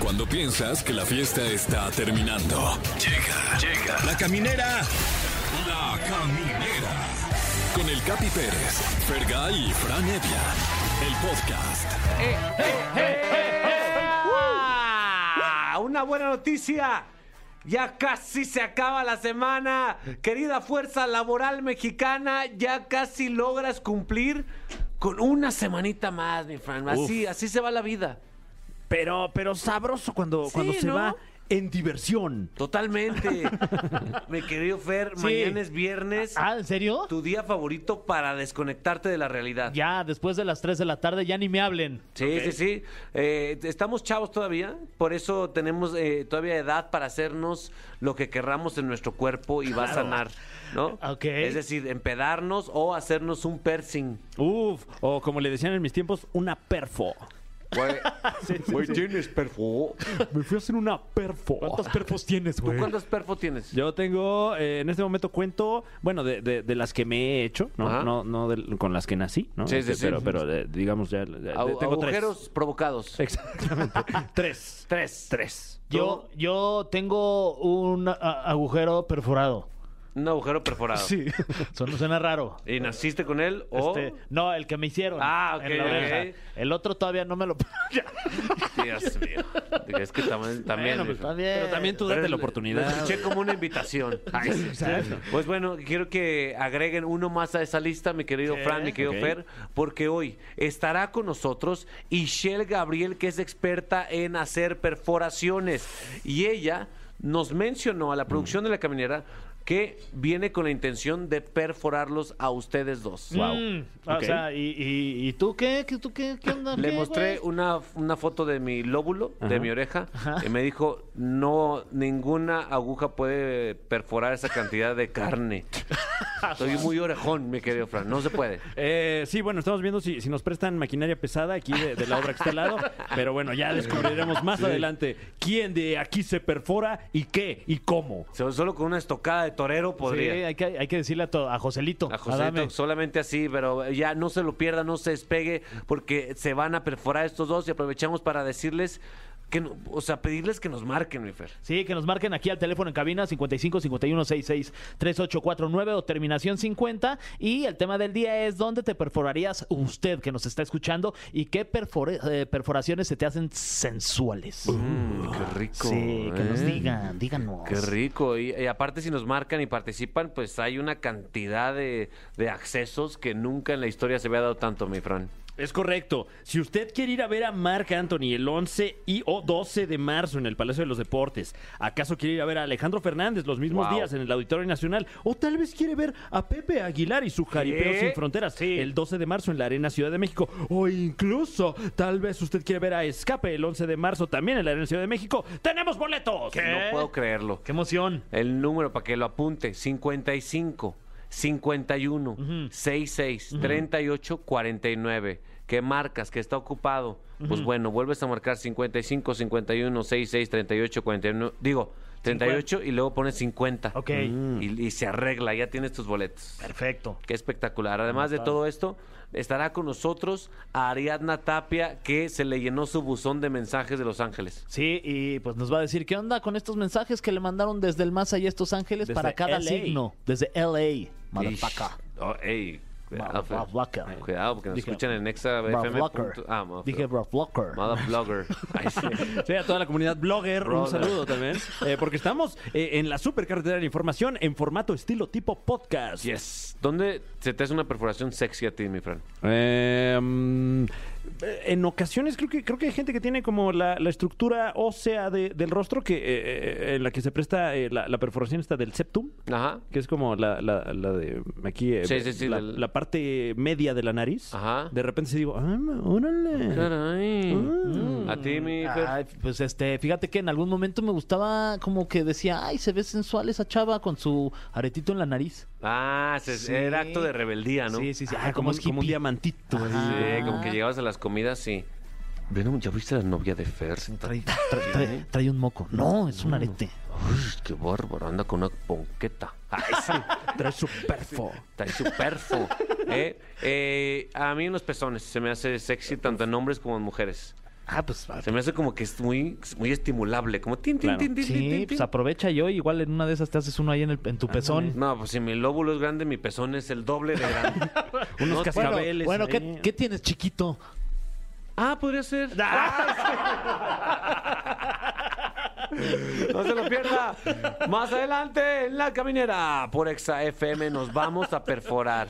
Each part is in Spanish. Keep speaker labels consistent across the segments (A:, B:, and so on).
A: Cuando piensas que la fiesta está terminando. Llega, llega. La caminera. La caminera. Con el Capi Pérez, Fergay y Fran Evia. El podcast.
B: ¡Ah! Una buena noticia. Ya casi se acaba la semana. Querida Fuerza Laboral Mexicana, ya casi logras cumplir con una semanita más, mi Fran. Así, así se va la vida.
C: Pero, pero sabroso cuando,
B: Sí,
C: cuando se
B: ¿no?
C: va en diversión.
B: Totalmente. mi querido Fer,
C: Sí.
B: mañana es viernes.
D: Ah, ¿en serio?
B: Tu día favorito para desconectarte de la realidad.
D: Ya, después de las 3 de la tarde ya ni me hablen.
B: Sí, sí, sí. Eh, estamos chavos todavía, por eso tenemos eh, todavía edad para hacernos lo que querramos en nuestro cuerpo y va a sanar, ¿no?
D: Ok.
B: Es decir, empedarnos o hacernos un piercing.
C: Uf, o como le decían en mis tiempos, una perfo.
E: Güey, güey, tienes perfo.
C: Me fui a hacer una perfo.
D: ¿Cuántos perfos tienes,
B: ¿Tú
D: güey?
B: cuántos perfo tienes?
C: Yo tengo, eh, en este momento cuento, bueno, de, de- de las que me he hecho,
B: Ajá.
C: ¿no? No, no de- con las que nací, ¿no?
B: Sí, sí,
C: Este,
B: sí.
C: pero, pero eh, digamos ya, ya-
B: Au-
C: tengo
B: agujeros provocados.
C: tres. Exactamente. tres.
B: Tres.
C: Tres.
D: Yo, yo tengo un a- agujero perforado.
B: Un agujero perforado.
D: Suena, suena raro.
B: ¿Y naciste con él Ah. o...?
D: Este, no, el que me hicieron.
B: Ah, ok,
D: en la
B: ok.
D: oreja. El otro todavía no me lo. Ya.
B: Dios mío. Digo, Es que también... también
D: Bueno, pues, está bien.
C: Pero también tú
B: Pero
C: date la
B: lo- Lo
C: oportunidad.
B: escuché como una invitación. Pues bueno, quiero que agreguen uno más a esa lista, mi querido
D: Sí,
B: Fran, mi querido
C: ok.
B: Fer, porque hoy estará con nosotros Ishel Gabriel, que es experta en hacer perforaciones. Y ella nos mencionó a la producción de La Caminera que viene con la intención de perforarlos a ustedes dos.
C: Wow.
D: Mm, ah,
C: Ok.
D: O sea, ¿y, y, y tú qué? ¿Qué- ¿Tú qué, qué onda?
B: Le
D: ¿Qué,
B: mostré
D: güey?
B: una, una foto de mi lóbulo, de
C: Ajá.
B: mi oreja,
D: pues. Ajá.
B: y me dijo, no, ninguna aguja puede perforar esa cantidad de carne. Soy muy orejón, mi querido Fran, no se puede.
C: Eh, sí, bueno, estamos viendo si, si nos prestan maquinaria pesada aquí de, de la obra que está al lado. Pero bueno, ya descubriremos más adelante quién de aquí se perfora y qué y cómo.
B: So- Solo con una estocada de torero podría.
D: Sí, hay que, hay que decirle a, to- a Joselito.
B: A
D: Adame.
B: José solamente así, pero ya no se lo pierda, no se despegue, porque se van a perforar estos dos y aprovechamos para decirles que, no- o sea, pedirles que nos marquen, mi Fer.
D: Sí, que nos marquen aquí al teléfono en cabina 55 51 66 3849 o terminación 50. Y el tema del día es dónde te perforarías usted que nos está escuchando y qué perfore- eh, perforaciones se te hacen sensuales.
B: Mm, qué rico.
D: Ah, sí, que nos
B: ¿eh?
D: digan, díganos.
B: Qué rico. Y, y aparte, si nos marcan y participan, pues hay una cantidad de, de accesos que nunca en la historia se había dado tanto, mi Fran.
C: Es correcto. Si usted quiere ir a ver a Marc Anthony el 11 y o 12 de marzo en el Palacio de los Deportes, ¿acaso quiere ir a ver a Alejandro Fernández los mismos
B: Wow.
C: días en el Auditorio Nacional? ¿O tal vez quiere ver a Pepe Aguilar y su Jaripeo
B: ¿Qué?
C: Sin Fronteras el 12 de marzo en la Arena Ciudad de México? O incluso, tal vez usted quiere ver a Escape el 11 de marzo también en la Arena Ciudad de México. ¡Tenemos boletos!
B: No puedo creerlo.
D: Qué emoción.
B: El número para que lo apunte: 55 51 66 38 49. ¿Qué marcas? ¿Qué está ocupado? Pues bueno, vuelves a marcar 55 51 66 38 49. Digo, 38 y luego pones 50.
D: Ok.
B: Y, y se arregla, ya tienes tus boletos.
D: Perfecto.
B: Qué espectacular. Además de todo esto, estará con nosotros a Ariadna Tapia, que se le llenó su buzón de mensajes de Los Ángeles.
D: Sí, y pues nos va a decir qué onda con estos mensajes que le mandaron desde el más allá a estos ángeles
C: Desde
D: para cada
C: LA.
D: signo. Desde LA.
B: Motherfucker.
D: Motherfucker.
B: Oh, ey, cuidado, pues. Fer.
D: Motherfucker.
B: Cuidado, porque nos
D: Dije,
B: escuchan en Nexa FM.
D: Motherfucker.
B: Ah, motherfucker.
D: Dije Motherfucker.
B: Motherblogger. Ay, sí.
C: Sí, a toda la comunidad blogger, un
B: Brother.
C: saludo también. Eh, porque estamos eh, en la supercarretera de la información en formato estilo tipo podcast.
B: Yes. ¿Dónde se te hace una perforación sexy a ti, mi Fran?
C: Eh, mm, en ocasiones creo que creo que hay gente que tiene como la, la estructura ósea de- del rostro que eh, eh, en la que se presta eh, la, la perforación está del septum,
B: Ajá.
C: que es como la, la- la de aquí eh,
B: Sí, sí, sí,
C: la,
B: del-
C: la parte media de la nariz.
B: Ajá.
C: De repente se digo, ah, órale.
B: Caray.
C: Mm.
B: A ti, mi Fer.
D: Ay, pues este, fíjate que en algún momento me gustaba como que decía, ay, se ve sensual esa chava con su aretito en la nariz.
B: Ah, se-
D: Sí.
B: era acto de rebeldía, ¿no?
D: Sí, Ah. sí, sí.
C: Ah, como, un- como un diamantito. ahí.
B: Sí, como que llegabas a las comidas y. Bueno, ya viste la novia de Fer sentada.
D: Trae, trae- trae- trae un moco. No, es un arete.
B: Uy, qué bárbaro, anda con una ponqueta. Ay, sí,
C: Trae su perfo.
B: trae su perfo. ¿eh? Eh, a mí unos pezones se me hace sexy tanto en hombres como en mujeres.
D: Ah, pues.
B: Se me hace como que es muy, muy estimulable, como tin, tin,
C: Claro.
B: tin, tin, tin,
D: Sí,
B: tin,
D: pues
B: tin.
D: aprovecha yo. Igual en una de esas te haces uno ahí en, el- en tu pezón.
B: No, pues si mi lóbulo es grande, mi pezón es el doble de grande. No,
C: Unos
D: Bueno,
C: cascabeles.
D: bueno,
C: ahí.
D: ¿qué, qué tienes, chiquito?
B: ah, podría ser. Ah, No se lo pierda. Más adelante en la caminera por Exa FM nos vamos a perforar.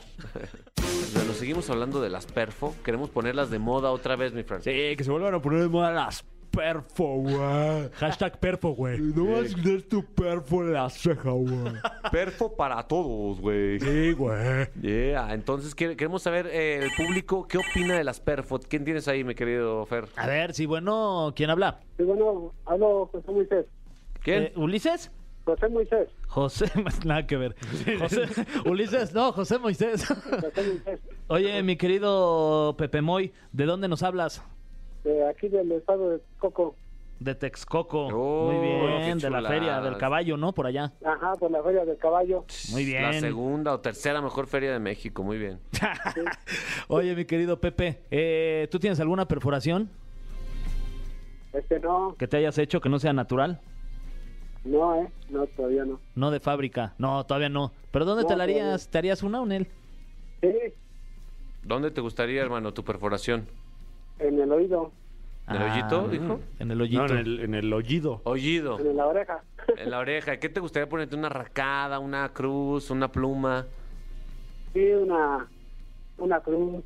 B: Bueno, seguimos hablando de las perfo. Queremos ponerlas de moda otra vez, mi Fran.
C: Sí, que se vuelvan a poner de moda las perfo, güey.
D: Hashtag perfo, güey.
C: No vas a tener tu perfo en la ceja, güey.
B: Perfo para todos, güey.
C: Sí, güey.
B: Yeah, entonces quere- queremos saber eh, el público qué opina de las perfo. ¿Quién tienes ahí, mi querido Fer?
D: A ver, sí, bueno, ¿quién habla?
F: Sí, bueno, hablo José Moisés.
B: ¿Quién?
D: Eh, ¿Ulises?
F: José Moisés.
D: José, más nada que ver. José, Ulises, no, José Moisés.
F: José Moisés.
D: Oye, mi querido Pepe Moy, ¿de dónde nos hablas?
F: De aquí del estado de Coco.
D: De Texcoco.
B: Oh,
D: Muy bien,
B: qué
D: de la
B: chuladas.
D: feria del caballo, ¿no? Por allá.
F: Ajá, por la Feria del Caballo.
D: Muy bien.
B: La segunda o tercera mejor feria de México, muy bien.
D: Oye, mi querido Pepe, eh, ¿tú tienes alguna perforación
F: Este no,
D: que te hayas hecho que no sea natural?
F: no, ¿eh? No, todavía no.
D: No de fábrica. No, todavía no. ¿Pero dónde
F: No,
D: te la
F: todavía
D: harías? ¿Te harías una o en él?
F: Sí,
B: ¿Dónde te gustaría, hermano, tu perforación?
F: en el oído,
B: ¿En el hoyito, dijo?
D: Ah, En el hoyito.
C: No, en el, en el ollido.
B: Oído,
F: en la oreja.
B: en la oreja. ¿Qué te gustaría ponerte? ¿Una racada, una cruz, una pluma?
F: Sí, una, una cruz.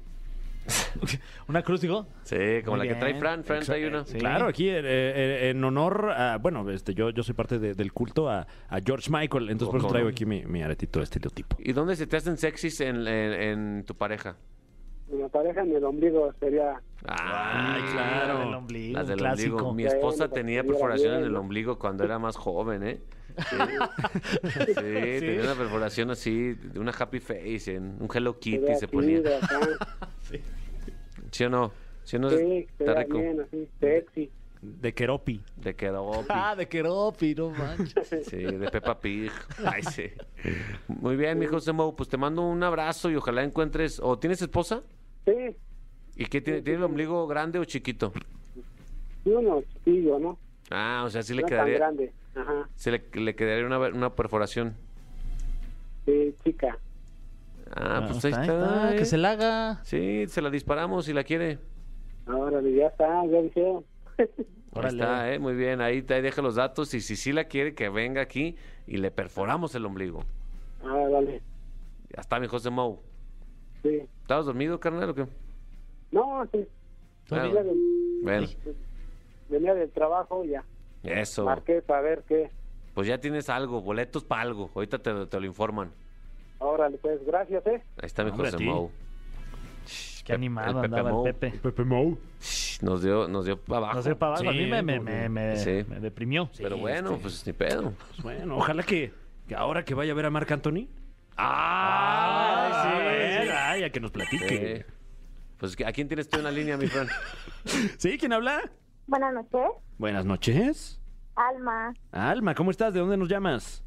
D: ¿Una cruz, dijo?
B: Sí, como
D: Muy
B: la que trae
D: bien.
B: Fran. Fran trae una.
D: Sí.
C: Claro, aquí eh, eh, en honor a. Bueno, este, yo, yo soy parte de- del culto a, a George Michael, entonces por eso
B: Ojo.
C: traigo aquí mi, mi aretito de estereotipo.
B: ¿Y dónde se te hacen sexys en, en- en tu pareja?
F: Una pareja en el ombligo sería.
B: Ay,
D: claro. El ombligo,
B: Las del
D: clásico.
B: ombligo. Mi
F: Bueno,
B: esposa
F: pues,
B: tenía
F: estuviera
B: perforación
F: bien,
B: en el
F: ¿no?
B: ombligo cuando era más joven, ¿eh? Sí, Sí, tenía una perforación así, de una happy face, en un Hello Kitty
F: sería
B: se
F: así,
B: ponía.
F: de acá.
B: ¿Sí o no? ¿Sí o no?
F: Sí,
B: Está
F: sería
B: rico.
F: bien, así, sexy.
C: De Keropi.
B: De quedó.
D: Ah, de Keropi, no manches.
B: Sí, de Peppa Pig. Ay, sí. Muy bien, mi José Mou, pues te mando un abrazo y ojalá encuentres. ¿O tienes esposa?
F: Sí,
B: ¿Y qué tiene? ¿Tiene el ombligo grande o chiquito?
F: y uno chiquillo, ¿no?
B: Ah, o sea, sí le
F: no tan
B: quedaría.
F: grande. Ajá,
B: Se le, le quedaría una, una perforación.
F: sí, chica.
B: Ah, pues ahí
D: Ahí
B: está. ¿eh?
D: Que se la haga.
B: Sí, se la disparamos si la quiere.
F: Ahora ya está, ya dijeron.
D: Órale.
B: Ahí está, ¿eh? muy bien. Ahí, ahí deja los datos y si sí la quiere, que venga aquí y le perforamos el ombligo.
F: Ah, vale,
B: Ya está, mi José Mou.
F: sí.
B: ¿Estabas dormido, carnal, o qué?
F: No, sí.
B: Claro.
F: venía del-
B: Bueno,
F: venía del trabajo ya.
B: eso.
F: Marqué para ver qué.
B: Pues ya tienes algo, boletos para algo. Ahorita te, te lo informan.
F: Órale, pues gracias, ¿eh?
B: Ahí está mi
C: Hombre,
B: José
C: a ti.
B: Mou.
D: Qué animado
B: Pepe
D: andaba
B: Mou.
D: el Pepe.
C: Pepe Mou.
B: Shh, Nos dio, nos dio para abajo.
D: No sé, para abajo. a mí
C: Sí,
D: me, me,
C: como
D: me,
C: que-
D: me-
B: Sí.
D: me deprimió.
B: Pero bueno, pues ni pedo.
C: Pues bueno, ojalá que, que ahora que vaya a ver a Marc Anthony.
B: ¡Ah!
C: a ver,
B: sí.
C: ay, a que nos
B: Sí.
C: platique.
B: Pues, ¿a quién tienes tú en la línea, mi Fran?
C: Sí. ¿quién habla?
G: Buenas noches,
C: Buenas noches.
G: Alma,
C: Alma, ¿cómo estás? ¿De dónde nos llamas?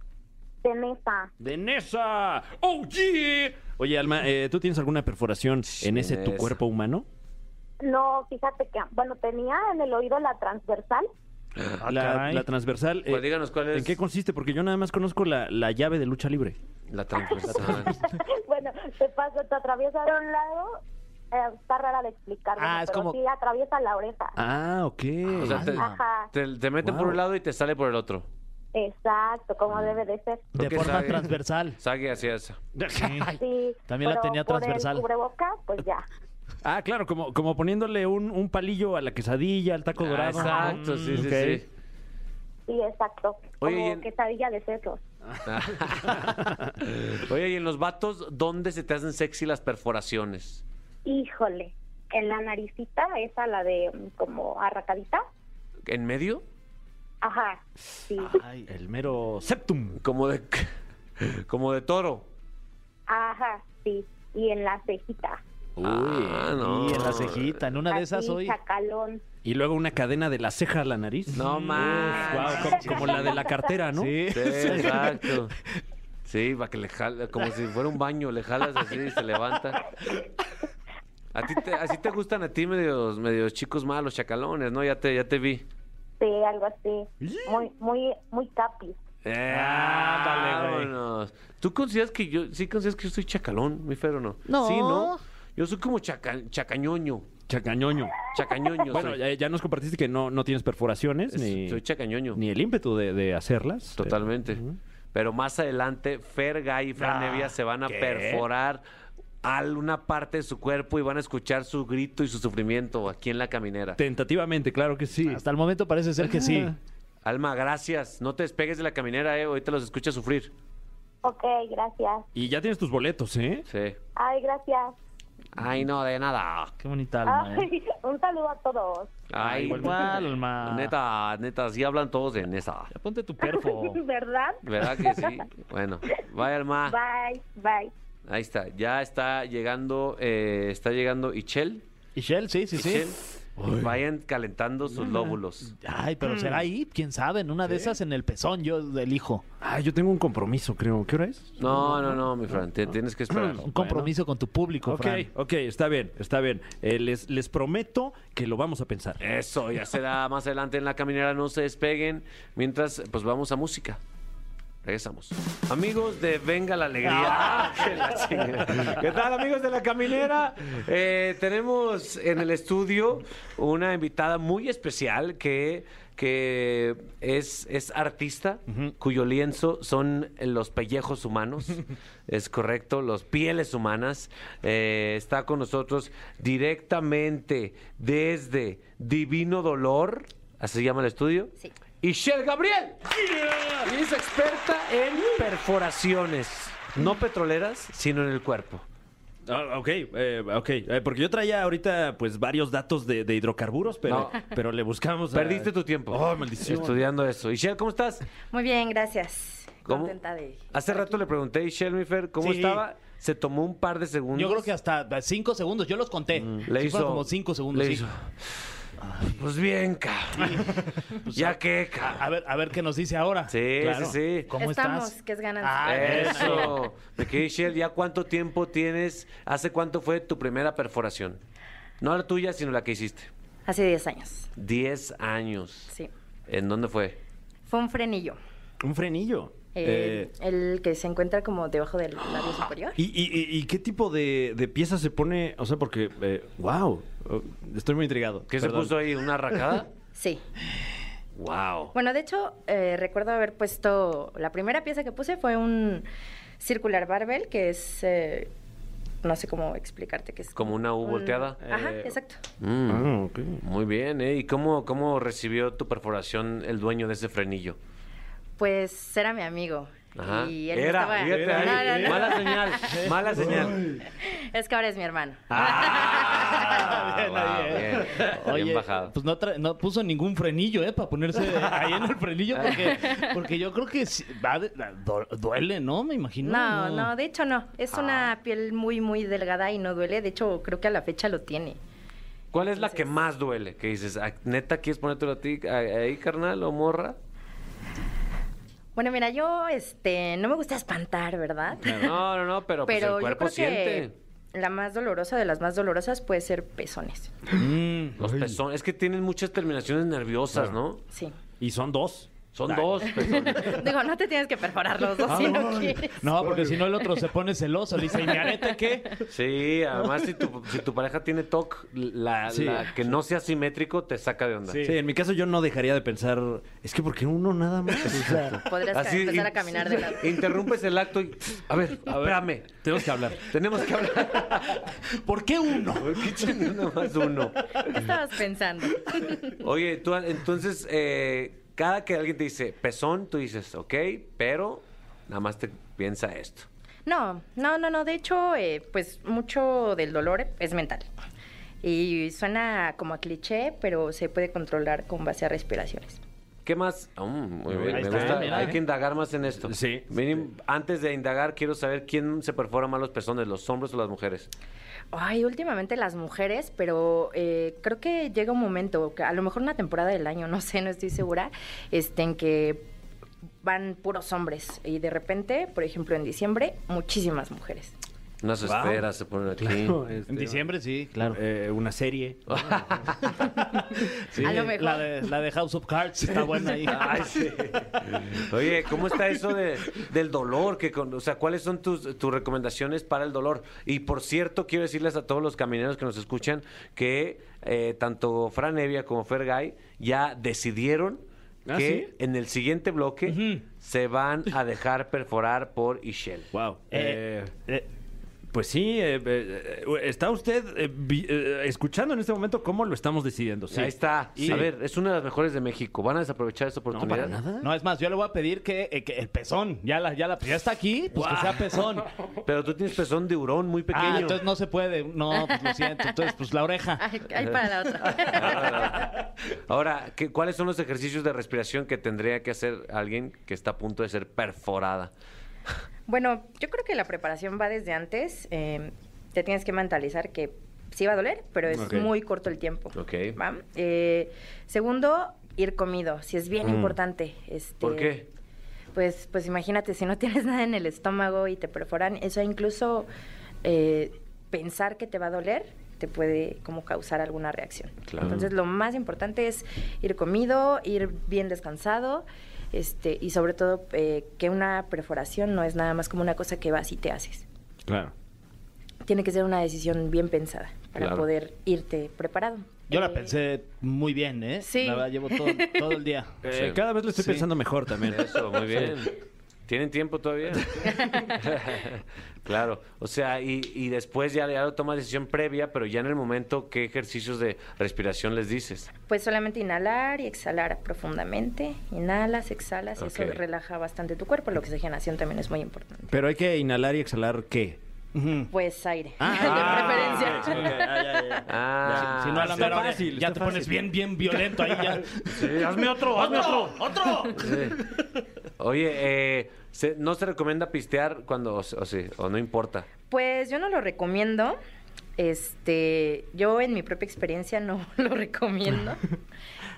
G: de Nesa.
C: De Nesa. ¡Oh, yeah! Oye, Alma, eh, ¿tú tienes alguna perforación en ese tu
B: Nesa.
C: cuerpo humano?
G: No, fíjate que, bueno, tenía en el oído la transversal.
C: la,
D: caray.
C: la transversal. eh,
B: Ah, Pues díganos cuál es
C: ¿En qué consiste? Porque yo nada más conozco la, la llave de lucha libre.
B: la transversal.
G: bueno, te pasa, te atraviesa de un lado. eh, está rara de explicar.
D: Ah,
G: bueno,
D: es
G: pero
D: como-
G: Sí, atraviesa la oreja.
C: Ah, ok.
B: o sea, te,
G: Ajá.
B: te- te meten por
C: Wow.
B: un lado y te sale por el otro.
G: Exacto,
D: Mm.
G: como debe de ser.
D: De
B: Creo que
D: forma
B: sabe.
D: transversal.
B: Sague hacia esa.
G: Sí,
D: También la
G: pero
D: tenía
G: por el
D: transversal.
G: cubrebocas, pues ya.
C: Ah, claro, como, como poniéndole un, un palillo a la quesadilla, al taco
B: Ah,
C: dorado.
B: exacto, sí, sí,
C: Ok.
B: sí.
G: Sí, exacto.
B: Oye, y
G: como
B: en-
G: quesadilla de sesos.
B: Oye, y en los vatos, ¿dónde se te hacen sexy las perforaciones?
G: Híjole, en la naricita, esa la de mm, como arracadita.
B: ¿En medio?
G: Ajá, sí.
C: Ay, el mero septum.
B: Como de, como de toro.
D: Ah.
G: Ajá, sí. Y en la cejita.
B: Ah, no.
D: Y en la cejita, en una
B: Ah,
D: de esas
G: Así,
D: hoy.
G: Chacalón.
C: Y luego una cadena de la ceja a la nariz.
B: No más.
C: Wow, como, como la de la cartera, ¿no?
D: Sí.
B: Sí, exacto. Sí, para que le jale, como si fuera un baño, le jalas así y se levanta. A ti te, así te gustan a ti medios, medios chicos malos, chacalones, ¿no? Ya te, ya te vi.
G: Sí, algo así. Muy, muy, muy capi.
B: Eh,
D: ándale, güey.
B: vámonos. ¿Tú consideras que yo, sí consideras que yo soy chacalón, mi Fer, o no?
D: No.
B: Sí, ¿no? Yo soy como chaca- chacañoño,
C: Chacañoño.
B: chacañoño.
C: Bueno,
B: soy.
C: ya, ya nos compartiste que no, no tienes perforaciones
B: Es-
C: ni,
B: soy chacañoño.
C: ni el ímpetu de, de hacerlas.
B: Totalmente. Pero más adelante, Ferga y Fran
D: Ah,
B: Evia se van a
D: ¿qué?
B: perforar alguna parte de su cuerpo y van a escuchar su grito y su sufrimiento aquí en la caminera.
C: Tentativamente, claro que sí. Ah.
D: Hasta el momento parece ser que sí.
B: Alma, gracias. No te despegues de la caminera, eh. Ahorita los escuchas sufrir.
G: Ok, gracias.
C: Y ya tienes tus boletos, ¿eh?
B: Sí.
G: Ay, gracias.
B: Ay, no, de nada.
D: Qué bonita alma, ¿eh?
G: Ay, un saludo a todos.
B: Ay,
D: Igual, alma.
B: Neta, neta, sí hablan todos de Nesa.
D: Ya Ponte tu perfo.
G: ¿Verdad?
B: ¿Verdad que sí? Bueno, vaya,
D: Ah.
B: Alma.
G: Bye, bye.
B: Ahí está. Ya está llegando, eh, está llegando Ichel.
D: ¿Y Shell? Sí, sí, sí.
B: Ichel. Vayan calentando sus lóbulos.
D: Ay,
H: Mm.
D: pero será ahí, quién sabe, en una de esas en el pezón, yo elijo.
C: Ah, yo tengo un compromiso, creo. ¿Qué hora es?
B: No, no, no, mi Fran, te tienes que esperar.
D: Un compromiso con tu público,
C: Ok,
D: Fran.
C: ok, está bien, está bien. Eh, les, les prometo que lo vamos a pensar.
B: Eso, ya será más adelante en la caminera, no se despeguen. Mientras, pues vamos a música. Regresamos. Amigos de Venga la Alegría. Ah, Que la chingada. ¿Qué tal, amigos de la caminera? Eh, tenemos en el estudio una invitada muy especial que, que es, es artista, cuyo lienzo son los pellejos humanos. es correcto, los pieles humanas. Eh, está con nosotros directamente desde Divino Dolor, así se llama el estudio.
H: Sí.
B: Y Shell Gabriel. Y es experta en perforaciones. No petroleras, sino en el cuerpo.
C: Ah, ok, eh, ok. Eh, porque yo traía ahorita pues varios datos de, de hidrocarburos, pero,
B: No.
C: pero le buscamos. a-
B: Perdiste tu tiempo.
C: Oh, maldición.
B: Estudiando eso. Ishel, ¿cómo estás?
H: Muy bien, gracias.
B: ¿Cómo?
H: Contenta de.
B: Hace rato le pregunté a Ishel Mifer cómo
D: Sí.
B: estaba. Se tomó un par de segundos.
D: Yo creo que hasta cinco segundos, yo los conté.
C: Mm.
B: le
D: Sí
B: hizo
D: fueron como cinco segundos.
B: le
D: sí.
B: hizo, Pues bien, cabrón. ya que,
D: Pues A,
B: cabrón.
D: a ver, a ver qué nos dice ahora.
B: Sí,
D: Claro.
B: sí, sí.
D: ¿Cómo
H: Estamos,
D: estás?
H: que es ganancia.
D: Ah, bien, bien.
B: Eso. Me quedé, Ishel, ¿ya cuánto tiempo tienes? ¿Hace cuánto fue tu primera perforación? No la tuya, sino la que hiciste.
H: Hace 10 años.
B: 10 años.
H: Sí.
B: ¿En dónde fue?
H: Fue un frenillo.
C: Un frenillo.
H: eh,
C: Eh,
H: El que se encuentra como debajo del labio superior.
C: ¿Y, y- y- y qué tipo de, de pieza se pone? O sea, porque, wow, estoy muy intrigado.
B: ¿Qué
C: Perdón.
B: se puso ahí? ¿Una racada?
H: Sí.
B: ¡Wow!
H: Bueno, de hecho, eh, recuerdo haber puesto. La primera pieza que puse fue un circular barbell, que es. eh, no sé cómo explicarte que es.
B: Como una U
H: un-
B: volteada.
H: Ajá,
C: Eh,
H: exacto.
B: Mm,
C: Ah, ok.
B: Muy bien, ¿eh? ¿Y cómo, cómo recibió tu perforación el dueño de ese frenillo?
H: Pues era mi amigo.
B: Ajá.
H: Y él me
B: era,
H: estaba-
B: fíjate
H: No,
B: ahí.
H: no, no.
B: Mala señal, mala señal.
H: Es que ahora es mi hermano.
B: Ah,
D: Bien,
B: wow,
D: bien.
B: bien, bien
D: Oye,
B: bajado.
D: pues no, tra- no puso ningún frenillo, ¿eh? Para ponerse ahí en el frenillo, porque, porque yo creo que sí- va de- la- do- duele, ¿no? Me imagino.
H: No, no, de hecho no. Es
B: Ah.
H: una piel muy, muy delgada y no duele. De hecho, creo que a la fecha lo tiene.
B: ¿Cuál es la que más duele? Que dices, "Ah, ¿neta quieres ponértelo a ti a- ahí, carnal, o morra?
H: Bueno, mira, yo este, no me gusta espantar, ¿verdad?
B: No, no, no, pero, pues, el
H: Pero yo
B: cuerpo
H: creo
B: siente.
H: que la más dolorosa de las más dolorosas puede ser pezones.
C: Mm.
B: Los pezones. Es que tienen muchas terminaciones nerviosas, ¿no?
H: Sí.
C: Y son dos.
B: Son dos pezones.
H: Digo, no te tienes que perforar los
C: Ah,
H: dos si no quieres.
D: No, porque si no el otro se pone celoso. Le dice, ¿y mi arete qué?
B: Sí, además si tu, si tu pareja tiene TOC, la,
C: Sí.
B: la que no sea simétrico te saca de onda.
C: Sí. en mi caso yo no dejaría de pensar, es que porque uno nada más. O sea,
H: Podrías ca- empezar
B: in-
H: a caminar de lado.
B: Interrumpes el acto y... A ver, espérame.
C: tenemos que hablar.
B: Tenemos que hablar.
D: ¿Por qué uno?
B: ¿Qué chingados nomás uno?
H: ¿Qué estabas pensando?
B: Oye, tú entonces, eh, cada que alguien te dice pezón, tú dices, ok, pero nada más te piensa esto.
H: No, no, no, no. De hecho, eh, pues mucho del dolor es mental. Y suena como a cliché, pero se puede controlar con base a respiraciones.
B: ¿Qué más? Mm, muy bien,
C: Ahí
B: me
C: está,
B: gusta.
D: mira,
B: Hay
D: eh.
B: que indagar más en esto.
C: Sí.
B: Miren, antes de indagar, quiero saber quién se perfora más los pezones, los hombres o las mujeres.
H: Ay, últimamente las mujeres, pero eh, creo que llega un momento, que a lo mejor una temporada del año, no sé, no estoy segura, este, en que van puros hombres. Y de repente, por ejemplo, en diciembre, muchísimas mujeres.
B: Unas
C: Wow.
B: esferas se ponen aquí.
C: Claro, este,
D: En diciembre, sí, claro.
C: eh, una serie.
D: Sí,
H: A lo mejor.
D: Eh, La de, la de House of Cards está buena ahí.
B: Oye, ¿cómo está eso de, del dolor? Que con- o sea, ¿cuáles son tus, tus recomendaciones para el dolor? Y por cierto, quiero decirles a todos los camineros que nos escuchan que eh, tanto Fran Evia como Fergay ya decidieron
C: ¿Ah,
B: que
C: sí?
B: en el siguiente bloque se van a dejar perforar por Ishel.
C: Wow.
D: Eh,
C: pues sí, eh, eh, eh, está usted eh, vi- eh, escuchando en este momento cómo lo estamos decidiendo. sí.
B: Ahí está.
C: Y-
B: A ver, es una de las mejores de México. ¿Van a desaprovechar esa
C: no,
B: oportunidad?
C: para nada.
D: No, es más, yo le voy a pedir que, eh, que el pezón, ya la, ya la, ya está aquí, pues que sea pezón.
B: Pero tú tienes pezón de hurón muy pequeño.
D: Ah, entonces no se puede. No, pues lo siento. Entonces, pues la oreja.
H: Ay, ay, para la otra.
B: Ahora, ¿qué- ¿cuáles son los ejercicios de respiración que tendría que hacer alguien que está a punto de ser perforada?
H: Bueno, yo creo que la preparación va desde antes. eh, te tienes que mentalizar que sí va a doler, pero es
C: Ok.
H: muy corto el tiempo.
B: Ok.
H: ¿va? Eh, segundo, ir comido, si es bien
B: Mm.
H: importante. Este,
B: ¿Por qué?
H: Pues, pues imagínate, si no tienes nada en el estómago y te perforan, eso incluso eh, pensar que te va a doler te puede como causar alguna reacción.
B: Claro.
H: Entonces lo más importante es ir comido, ir bien descansado, este, y sobre todo eh, que una perforación no es nada más como una cosa que vas y te haces.
C: Claro.
H: Tiene que ser una decisión bien pensada para
B: Claro.
H: poder irte preparado.
D: Yo
H: Eh,
D: la pensé muy bien, ¿eh?
H: Sí.
D: La verdad, llevo todo, todo el día.
C: Eh,
B: Sí.
C: Cada vez lo estoy
D: Sí.
C: pensando mejor también.
B: Eso, muy bien. ¿Tienen tiempo todavía? claro. O sea, y, y después ya, ya lo tomas decisión previa, pero ya en el momento, ¿qué ejercicios de respiración les dices?
H: Pues solamente inhalar y exhalar profundamente. Inhalas, exhalas, y
B: Ok.
H: eso relaja bastante tu cuerpo. La oxigenación también es muy importante.
C: Pero hay que inhalar y exhalar qué.
D: Ujú.
H: Pues aire,
D: Ah,
H: de preferencia.
B: Ah,
D: si no, a la
B: sí.
D: mera hora
C: fácil,
D: ya
C: está
D: te pones
C: fácil.
D: bien, bien violento ahí ya.
B: Sí, hazme otro, hazme otro.
D: ¡Otro!
B: Sí. Oye, eh, ¿se- ¿no se recomienda pistear cuando, o, o sí, o no importa?
H: Pues yo no lo recomiendo. Este, yo en mi propia experiencia no lo recomiendo.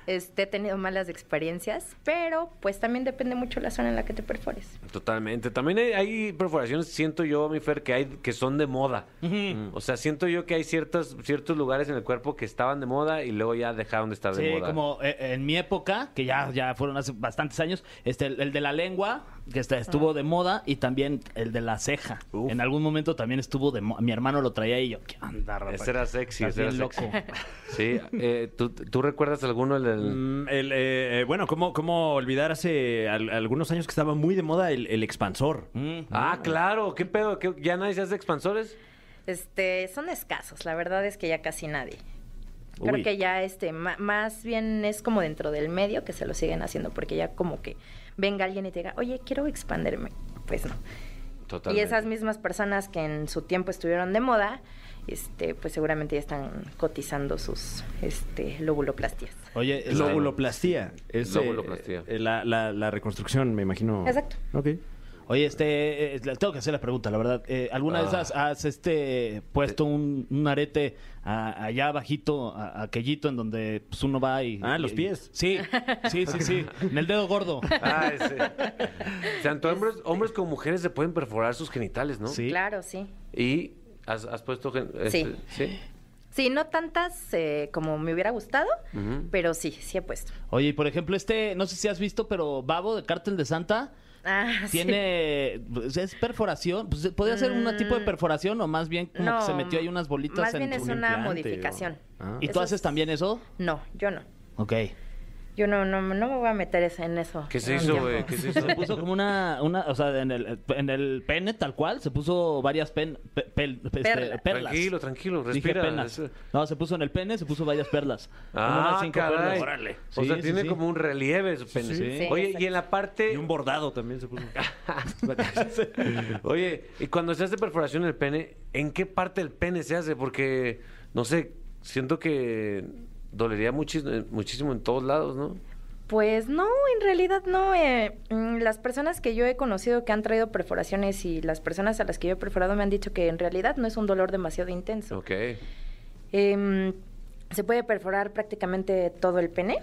H: Este, he tenido malas experiencias, pero pues también depende mucho la zona en la que te perfores.
B: Totalmente. También hay, hay perforaciones, siento yo, mi Fer, que hay que son de moda. Mm. O sea, siento yo que hay ciertos, ciertos lugares en el cuerpo que estaban de moda y luego ya dejaron de estar de
D: Sí,
B: moda.
D: como eh, en mi época, que ya, ya fueron hace bastantes años, este, el, el de la lengua, que este, estuvo de moda, y también el de la ceja.
B: Uf.
D: En algún momento también estuvo de moda. Mi hermano lo traía y yo, ¿qué onda, Rafa?
B: Ese era sexy,
D: Estás
B: ese era
D: bien
B: sexy.
D: loco.
B: Sí, eh, ¿tú, tú recuerdas alguno del...
C: Mm, el, eh, eh, bueno, ¿cómo, ¿cómo olvidar hace al- algunos años que estaba muy de moda el, el expansor?
D: Mm.
B: Ah, claro, ¿qué pedo? ¿Qué- ¿Ya nadie se hace expansores?
H: Este, son escasos, la verdad es que ya casi nadie. Creo
C: Uy.
H: que ya este ma- más bien es como dentro del medio que se lo siguen haciendo porque ya como que venga alguien y te diga, "Oye, quiero expanderme." Pues no.
B: Totalmente.
H: Y esas mismas personas que en su tiempo estuvieron de moda, este, pues seguramente ya están cotizando sus este, lobuloplastias.
D: Oye, este,
C: Lobuloplastía. Es, eh,
B: Lobuloplastía.
C: eh, la, la- la reconstrucción, me imagino.
H: Exacto.
C: Ok.
D: Oye, este, eh, le tengo que hacer la pregunta, la verdad. Eh, ¿Alguna vez
B: Ah.
D: has, has, este, puesto un, un arete a- allá abajito, a, aquellito en donde pues, uno va y...
C: Ah, los
D: y-
C: pies.
D: Sí, sí, sí, sí. En el dedo gordo.
B: Ah, ese. O sea, tanto hombres, hombres como mujeres se pueden perforar sus genitales, ¿no?
D: Sí.
H: Claro, sí.
B: ¿Y has, has puesto... gen- este- ¿sí?
H: Sí, no tantas eh, como me hubiera gustado, pero sí, sí he puesto.
D: Oye, y por ejemplo, este, no sé si has visto, pero Babo de Cártel de Santa
H: Ah, sí. Mm.
D: tiene... pues, Es perforación. Pues, ¿Podría ser un tipo de perforación o más bien como que se metió ahí unas bolitas
H: más
D: en
H: bien
D: tu-
H: es una
C: implante,
H: modificación.
C: o- Ah.
D: ¿Y tú
H: Eso
D: haces
H: es-
D: también eso?
H: No, yo no.
D: Ok.
H: Yo no, no, no me voy a meter esa- en eso.
B: ¿Qué se
H: en un
B: hizo,
H: tiempo.
B: güey? ¿Qué se hizo?
D: Se puso como una, una o sea, en el, en el pene tal cual, se puso varias pen- pe- pel- este,
H: Perlas.
D: perlas.
B: Tranquilo, tranquilo,
D: Dije
B: respira.
D: penas.
C: eh.
B: Eso-
D: No, se puso en el pene, se puso varias perlas. Como
B: Ah,
D: unas cinco
B: caray.
D: perlas.
B: Órale.
D: Sí,
B: o sea,
D: sí,
B: tiene
D: sí.
B: como un relieve su pene.
H: Sí,
B: Oye,
H: exacto.
B: y en la parte... Ah,
C: Y un bordado también se puso.
B: Oye, y cuando se hace perforación en el pene, ¿en qué parte del pene se hace? Porque, no sé, siento que dolería muchis- muchísimo en todos lados, ¿no?
H: Pues no, en realidad no. eh, mm, las personas que yo he conocido que han traído perforaciones y las personas a las que yo he perforado me han dicho que en realidad no es un dolor demasiado intenso.
B: Ok.
H: Em, se puede perforar prácticamente todo el pene.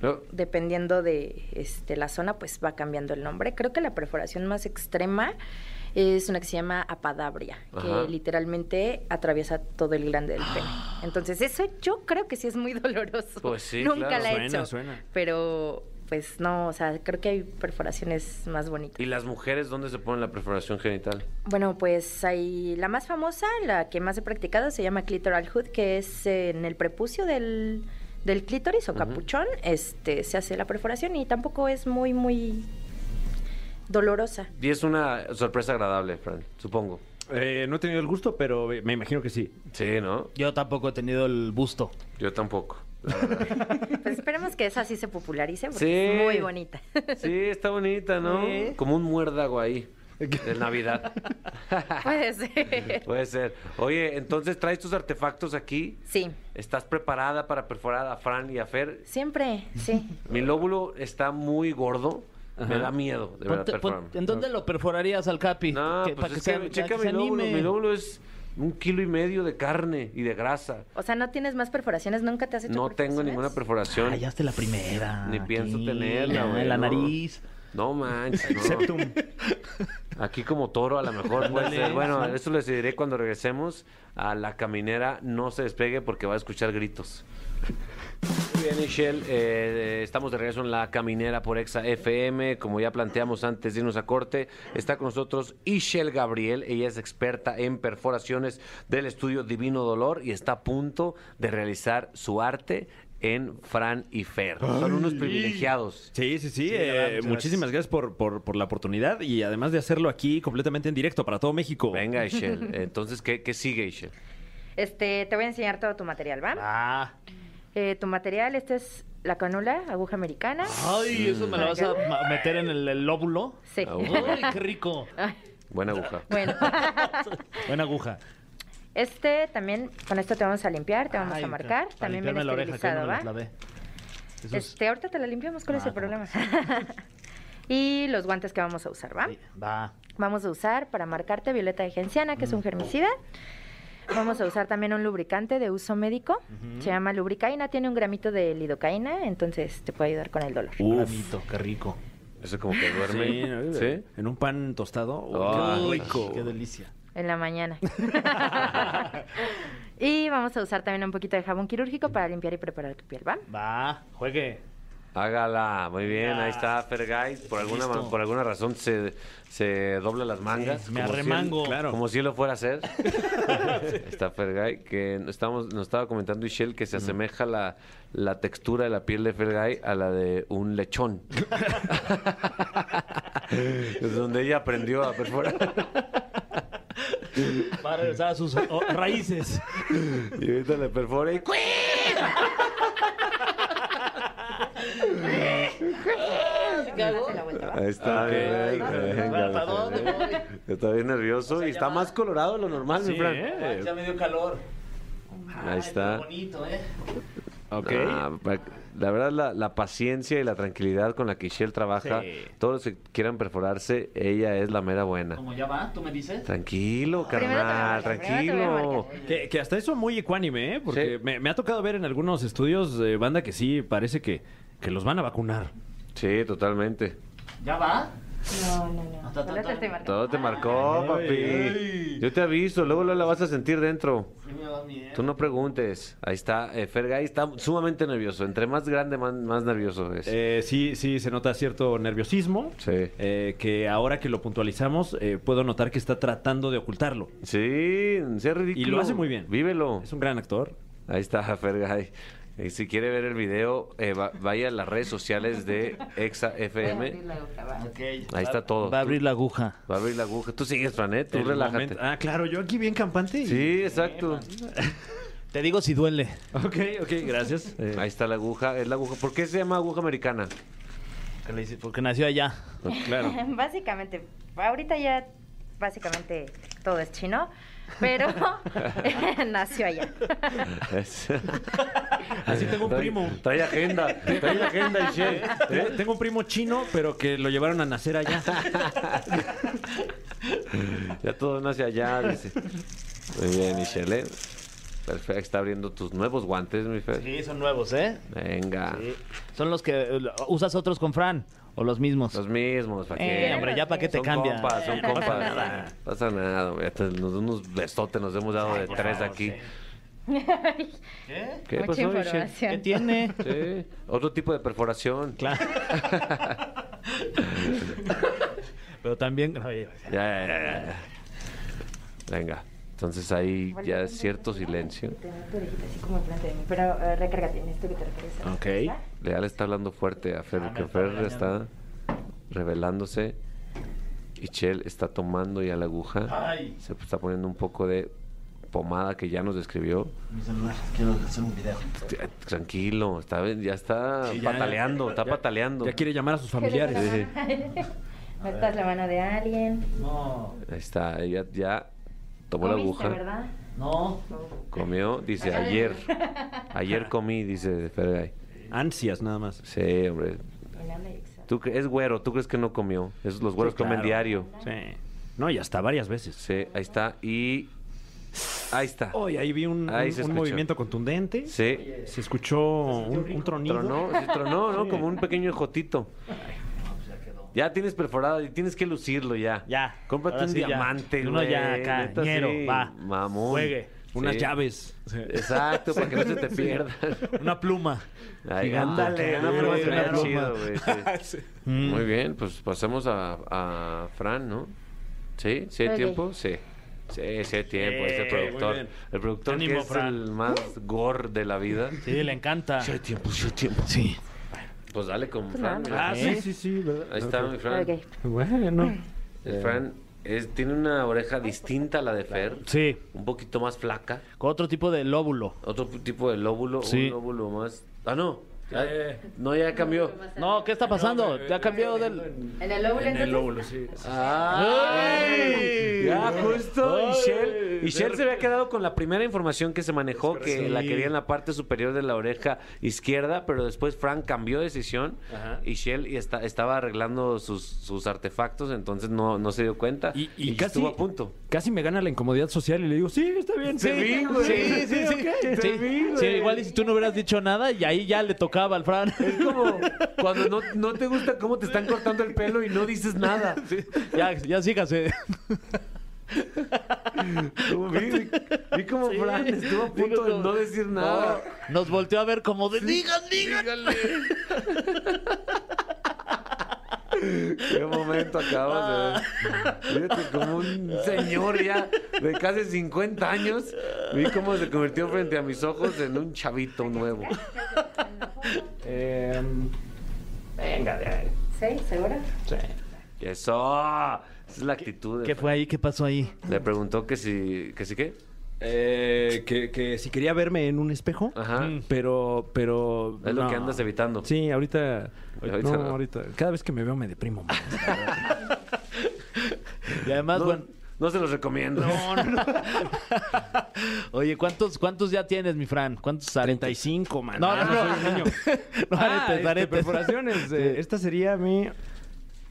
B: No,
H: Dependiendo de este, la zona, pues va cambiando el nombre. Creo que la perforación más extrema es una que se llama apadabria,
B: Ajá.
H: que literalmente atraviesa todo el glande del pene. Entonces, eso yo creo que sí es muy doloroso.
B: Pues sí,
H: Nunca
B: claro.
H: la he
C: Suena,
H: hecho.
C: suena.
H: Pero, pues no, o sea, creo que hay perforaciones más bonitas.
B: ¿Y las mujeres dónde se ponen la perforación genital?
H: Bueno, pues hay la más famosa, la que más he practicado, se llama clitoral hood, que es eh, en el prepucio del, del clítoris o capuchón, este, se hace la perforación y tampoco es muy, muy dolorosa.
B: Y es una sorpresa agradable, Fran, supongo.
C: Eh, no he tenido el gusto, pero me imagino que sí.
B: Sí, ¿no?
D: Yo tampoco he tenido el busto.
B: Yo tampoco.
H: Pues esperemos que esa sí se popularice porque
B: Sí.
H: es muy bonita.
B: Sí, está bonita, ¿no?
D: Sí.
B: Como un muérdago ahí. De Navidad.
H: Puede ser.
B: Puede ser. Oye, entonces traes tus artefactos aquí.
H: Sí,
B: ¿Estás preparada para perforar a Fran y a Fer?
H: siempre, sí.
B: Mi lóbulo está muy gordo. Me da miedo, de verdad,
D: Ponte-
B: perforarme.
D: pon- ¿En dónde lo perforarías al Capi?
B: No,
D: Que-
B: pues es que,
D: se-
B: checa
D: se
B: mi lóbulo.
D: anime.
B: Mi lóbulo es un kilo y medio de carne y de grasa.
H: O sea, ¿no tienes más perforaciones? ¿Nunca te has hecho
B: No tengo ninguna
H: perforaciones?
B: perforación.
D: Ah, ya hazte la primera.
B: Ni pienso
D: Aquí,
B: tenerla,
D: ah,
B: güey,
D: En la
B: no.
D: nariz.
B: No manches. no. Aquí como toro a lo mejor puede ser. Bueno, eso lo decidiré cuando regresemos a la caminera. No se despegue porque va a escuchar gritos. Muy bien, Michelle. eh, estamos de regreso en la caminera por Exa FM. Como ya planteamos antes de irnos a corte, está con nosotros Ishel Gabriel. Ella es experta en perforaciones del estudio Divino Dolor y está a punto de realizar su arte en Fran y Fer. Son unos privilegiados.
C: Sí, sí, sí.
D: de verdad,
C: eh,
D: muchas
C: muchísimas gracias por, por- por la oportunidad y además de hacerlo aquí completamente en directo para todo México.
B: Venga, Ishel. Entonces, ¿qué, qué sigue, Ishel?
H: Este, te voy a enseñar todo tu material, ¿va?
D: Ah.
H: Eh, tu material, esta es la canula, aguja americana.
D: Ay, eso me lo vas a ma- meter en el, el lóbulo.
H: Sí.
B: Ah, bueno.
D: Ay, qué rico.
B: Buena aguja.
H: Bueno,
D: Buena aguja.
H: este también, con esto te vamos a limpiar, te vamos
D: Ay,
H: a marcar.
D: para
H: También
D: limpiarme
H: viene
D: la oreja, que no me
H: esterilizado, ¿va?
D: las lavé. Eso es-
H: Este, ahorita te la limpiamos, ¿cuál es
D: Ah,
H: el
D: ¿cómo
H: problema? y los guantes que vamos a usar, ¿va?
D: Sí, Va.
H: Vamos a usar para marcarte violeta de genciana, que es un germicida. Vamos a usar también un lubricante de uso médico. Se llama lubricaína, tiene un gramito de lidocaína, entonces te puede ayudar con el dolor.
C: Uf.
D: Ramito, qué rico.
B: Eso como que duerme.
C: Sí,
B: ¿Sí?
C: En un pan tostado. Uy,
B: Ah,
C: qué
D: Uy,
C: rico.
D: Qué delicia.
H: En la mañana. y vamos a usar también un poquito de jabón quirúrgico para limpiar y preparar tu piel, ¿va?
D: Va, juegue.
B: Hágala. Muy bien, ahí está Fergay. Por alguna,
D: Listo.
B: por alguna razón se, se dobla las mangas.
D: me
B: como si él-
D: arremango.
C: claro.
B: Como si él lo fuera a hacer. está Fergay, que estamos, nos estaba comentando Michelle que se asemeja la, la textura de la piel de Fergay a la de un lechón. es donde ella aprendió a perforar.
D: Va a regresar a sus oh, raíces.
B: Y ahorita le perfora y ¡cuí!
H: Date la vuelta, ¿va?
B: Ahí está bien. venga,
D: ¿Para dónde
B: venga. Está bien nervioso y está más colorado de lo normal, mi Fran.
D: Ya me dio calor.
B: Ahí está.
D: Bonito, ¿eh?
C: Ok.
B: Ah, pa- la verdad, la, la paciencia y la tranquilidad con la que Ishel trabaja,
D: Sí.
B: todos los que quieran perforarse, ella es la mera buena.
D: Como ya va, tú me dices.
B: Tranquilo,
H: Primero te voy a
B: carnal,
H: marcar, primero te voy a
B: tranquilo.
H: marcar.
C: Que, que hasta eso muy ecuánime, ¿eh? Porque
B: Sí.
C: me, me ha tocado ver en algunos estudios de banda que sí parece que, que los van a vacunar.
B: Sí, totalmente.
D: ¿Ya va?
H: No, no, no.
D: Ta, ta,
H: Ahorita
D: ta.
H: estoy marcando.
B: Todo te marcó, papi. Yo te aviso, luego luego la vas a sentir dentro.
D: Sí me da miedo.
B: Tú no preguntes. Ahí está, eh, Fergay está sumamente nervioso. Entre más grande, más, más nervioso es.
C: Eh, sí, sí, se nota cierto nerviosismo.
B: Sí.
C: eh, que ahora que lo puntualizamos, eh, puedo notar que está tratando de ocultarlo.
B: Sí, sea ridículo.
C: Y lo hace muy bien.
B: Vívelo.
C: Es un gran actor.
B: Ahí está, Fergay. Eh, Si quiere ver el video, eh, va- vaya a las redes sociales de Exa FM. Ahí está todo.
D: Va a abrir la aguja.
B: Va a abrir la aguja. Tú sigues, Fran, ¿eh? Tú
C: El
B: relájate.
C: momento- Ah, claro, yo aquí bien campante. y-
B: Sí, exacto.
D: Te digo si duele.
C: Ok, ok, gracias. Eh,
B: Ahí está la aguja. Es la aguja. ¿Por qué se llama aguja americana?
D: Que le hice- Porque nació allá.
C: claro.
H: Básicamente, ahorita ya básicamente todo es chino, pero nació allá.
B: Es-
C: Así tengo un
B: Trae-
C: primo.
B: Trae agenda. Trae agenda, ¿eh? Ishel.
C: Te- Tengo un primo chino, pero que lo llevaron a nacer allá.
B: Ya todo nace allá, dice. Muy bien, Michelle. ¿eh? Perfecto, está abriendo tus nuevos guantes, mi Fer.
D: Sí, son nuevos, ¿eh?
B: Venga.
D: Sí. Son los que eh, lo- usas otros con Fran o los mismos.
B: Los mismos, ¿para qué?
D: Eh, hombre, ya para qué te
B: son
D: cambia.
B: compas, son
D: No
B: compas.
D: pasa nada.
B: Pasa nada, hombre. Hasta Nos, unos besotes nos hemos dado de tres aquí. ¿Qué
H: Mucha
B: pasó, Michelle?
H: información.
D: ¿Qué tiene?
B: Sí, otro tipo de perforación.
D: Claro. Pero también. oye,
B: Ya, ya, ya, ya. Venga. Entonces ahí ya es cierto silencio.
H: Tener tu orejita así como enfrente de mí, pero eh, recárgate en esto que te refieres.
D: Ok.
B: Leal está hablando fuerte a Fer,
D: Ah, me
B: que
D: está
B: Fer
D: regañando.
B: está revelándose. Y Chel está tomando ya la aguja.
D: Ay.
B: Se está poniendo un poco de pomada que ya nos describió.
D: Mi celular, quiero hacer un video.
B: Tranquilo, está, ya está
C: ya,
B: pataleando, está pataleando.
C: Ya quiere llamar a sus familiares.
H: No estás la mano de alguien.
D: No,
B: Ahí está, ella ya tomó la
H: Comiste,
B: aguja.
H: ¿verdad?
D: no.
B: Comió, dice,
H: Ay.
B: ayer. Ayer comí, dice Fergay.
C: Ansias, nada más.
B: Sí, hombre.
H: Inhala y exhala.
B: Tú, cre- es güero, ¿tú crees que no comió? Esos, los güeros
C: Sí,
B: comen
C: claro.
B: diario.
C: Sí. No, y hasta varias veces.
B: Sí, ahí está. Y ahí está.
C: Hoy ahí vi un,
B: Ahí
C: un-
B: se
C: un
B: escuchó.
C: movimiento contundente.
B: Sí.
C: Se escuchó un, un tronido.
B: Tronó, sí, tronó, ¿no?
C: Sí.
B: Como un pequeño jotito. Ya tienes perforado y tienes que lucirlo ya.
D: Ya.
B: Cómprate
D: Ahora
B: un
D: sí, ya.
B: diamante,
D: Uno ya
B: güey,
D: acá,
B: neta,
D: ñero,
B: sí,
D: va.
B: Mamón.
D: Juegue.
C: Unas
B: Sí.
C: llaves.
B: Exacto, para que no se te pierdan.
D: Una pluma.
B: Ay,
D: Gigante.
B: ándale,
D: Sí,
B: no, pero
D: güey,
B: sería
D: una
B: chido,
D: pluma.
B: güey, sí. Muy bien, pues pasemos a, a Fran, ¿no? ¿Sí? ¿Sí hay
H: Ok.
B: tiempo? Sí. Sí, sí hay tiempo, es
D: Sí,
B: el
C: muy
B: productor.
C: bien.
B: El productor
D: Ánimo,
B: que es
D: Fran.
B: el más gore de la vida.
D: Sí, le encanta.
B: Sí hay tiempo, sí hay tiempo.
D: Sí.
B: Pues dale con Fran. mira.
C: Ah, sí, sí, sí. ¿verdad?
B: Ahí está mi Fran.
H: Ok.
C: Bueno.
B: El Fran es- tiene una oreja distinta a la de Fer,
D: Sí.
B: un poquito más flaca,
D: Con otro tipo de lóbulo.
B: otro pu- tipo de lóbulo,
D: Sí.
B: un lóbulo más... Ah, no. ya-
C: Eh.
B: no, ya cambió.
D: No, ¿qué está pasando? Te ha cambiado del.
H: En el lóbulo, entonces.
B: Ah. ¡Ay! Ya, justo. Y Shell, y Shell se había quedado con la primera información que se manejó, que la quería en la parte superior de la oreja izquierda, pero después Frank cambió de decisión y Shell y esta- estaba arreglando sus, sus artefactos, entonces no, no se dio cuenta.
C: Y, y casi,
B: estuvo a punto.
C: casi me gana la incomodidad social y le digo, sí, está bien.
B: Te vi, güey.
D: Sí, sí, sí.
C: ok,
D: Sí,
C: te vi, güey.
D: sí, igual y si tú no hubieras dicho nada, y ahí ya le tocaba al Fran.
B: Es como cuando no, no te gusta cómo te están cortando el pelo y no dices nada.
D: Ya, ya sígase.
B: Como vi, vi como Fran estuvo a punto
D: Digo,
B: de
D: como-
B: no decir nada.
D: Nos volteó a ver como de. ¡Digan, digan!
B: Qué momento acabas de ver. Fíjate, como un señor ya de casi 50 años, vi cómo se convirtió frente a mis ojos en un chavito nuevo.
C: Em,
H: ¿Sí? ¿Segura?
B: ¡Eso! Esa es la actitud. de
D: ¿Qué
B: Fran.
D: fue ahí? ¿Qué pasó ahí?
B: Le preguntó que si, que si qué.
C: Eh, que, que si quería verme en un espejo,
B: Ajá.
C: pero, pero.
B: Es lo
C: no.
B: que andas evitando.
C: Sí, ahorita.
B: Ahorita
C: no,
B: no.
C: ahorita. Cada vez que me veo me deprimo. man.
D: Y además,
B: No,
D: bueno.
B: no se los recomiendo.
D: No, no, no. Oye, ¿cuántos, ¿cuántos ya tienes, mi Fran? ¿Cuántos aretes?
C: 35, man. Ah,
D: No, no, no.
C: soy un niño.
D: No,
C: Ah,
D: aretes,
C: este,
D: aretes.
C: perforaciones. eh, Esta sería mi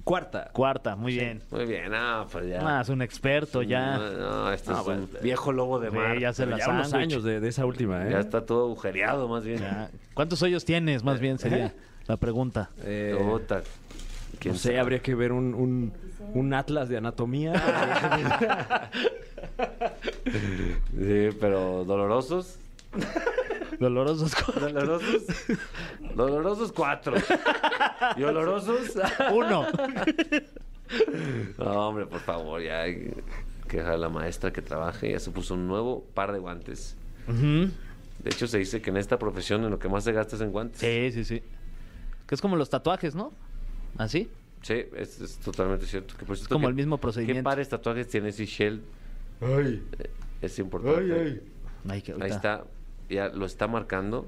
C: cuarta.
D: Cuarta, muy bien.
B: Muy bien, ah, pues ya.
D: Ah, es un experto
B: No,
D: ya.
B: no, este
C: Ah,
B: es
C: bueno.
B: un viejo lobo de
D: Sí,
B: mar.
D: ya se la
C: Ya unos
D: sándwich.
C: años de, de esa última, ¿eh?
B: Ya está todo agujereado, más bien.
D: Ya. ¿Cuántos hoyos tienes, más bien, sería la pregunta?
C: Eh,
B: Puta,
C: no
B: quién
C: sé,
B: sabe.
C: habría que ver un, un, un atlas de anatomía.
B: Sí, pero dolorosos.
D: Dolorosos.
B: Dolorosos. Dolorosos cuatro. Y olorosos.
D: Uno.
B: No, hombre, por favor, ya hay que dejar a la maestra que trabaje. Ya se puso un nuevo par de guantes.
D: Ujú.
B: De hecho, se dice que en esta profesión en lo que más se gasta es en guantes.
D: Sí, sí, sí. Que es como los tatuajes, ¿no? ¿Así?
B: Sí, es, es totalmente cierto. Que por cierto,
D: como
B: ¿qué-
D: el mismo
B: ¿Qué
D: procedimiento.
B: pares tatuajes tiene Shell? Eh,
E: Ay,
B: Es
E: ay,
B: importante.
E: ay.
D: Ay, que
B: Ahí
D: ahorita-
B: está, ya lo está marcando,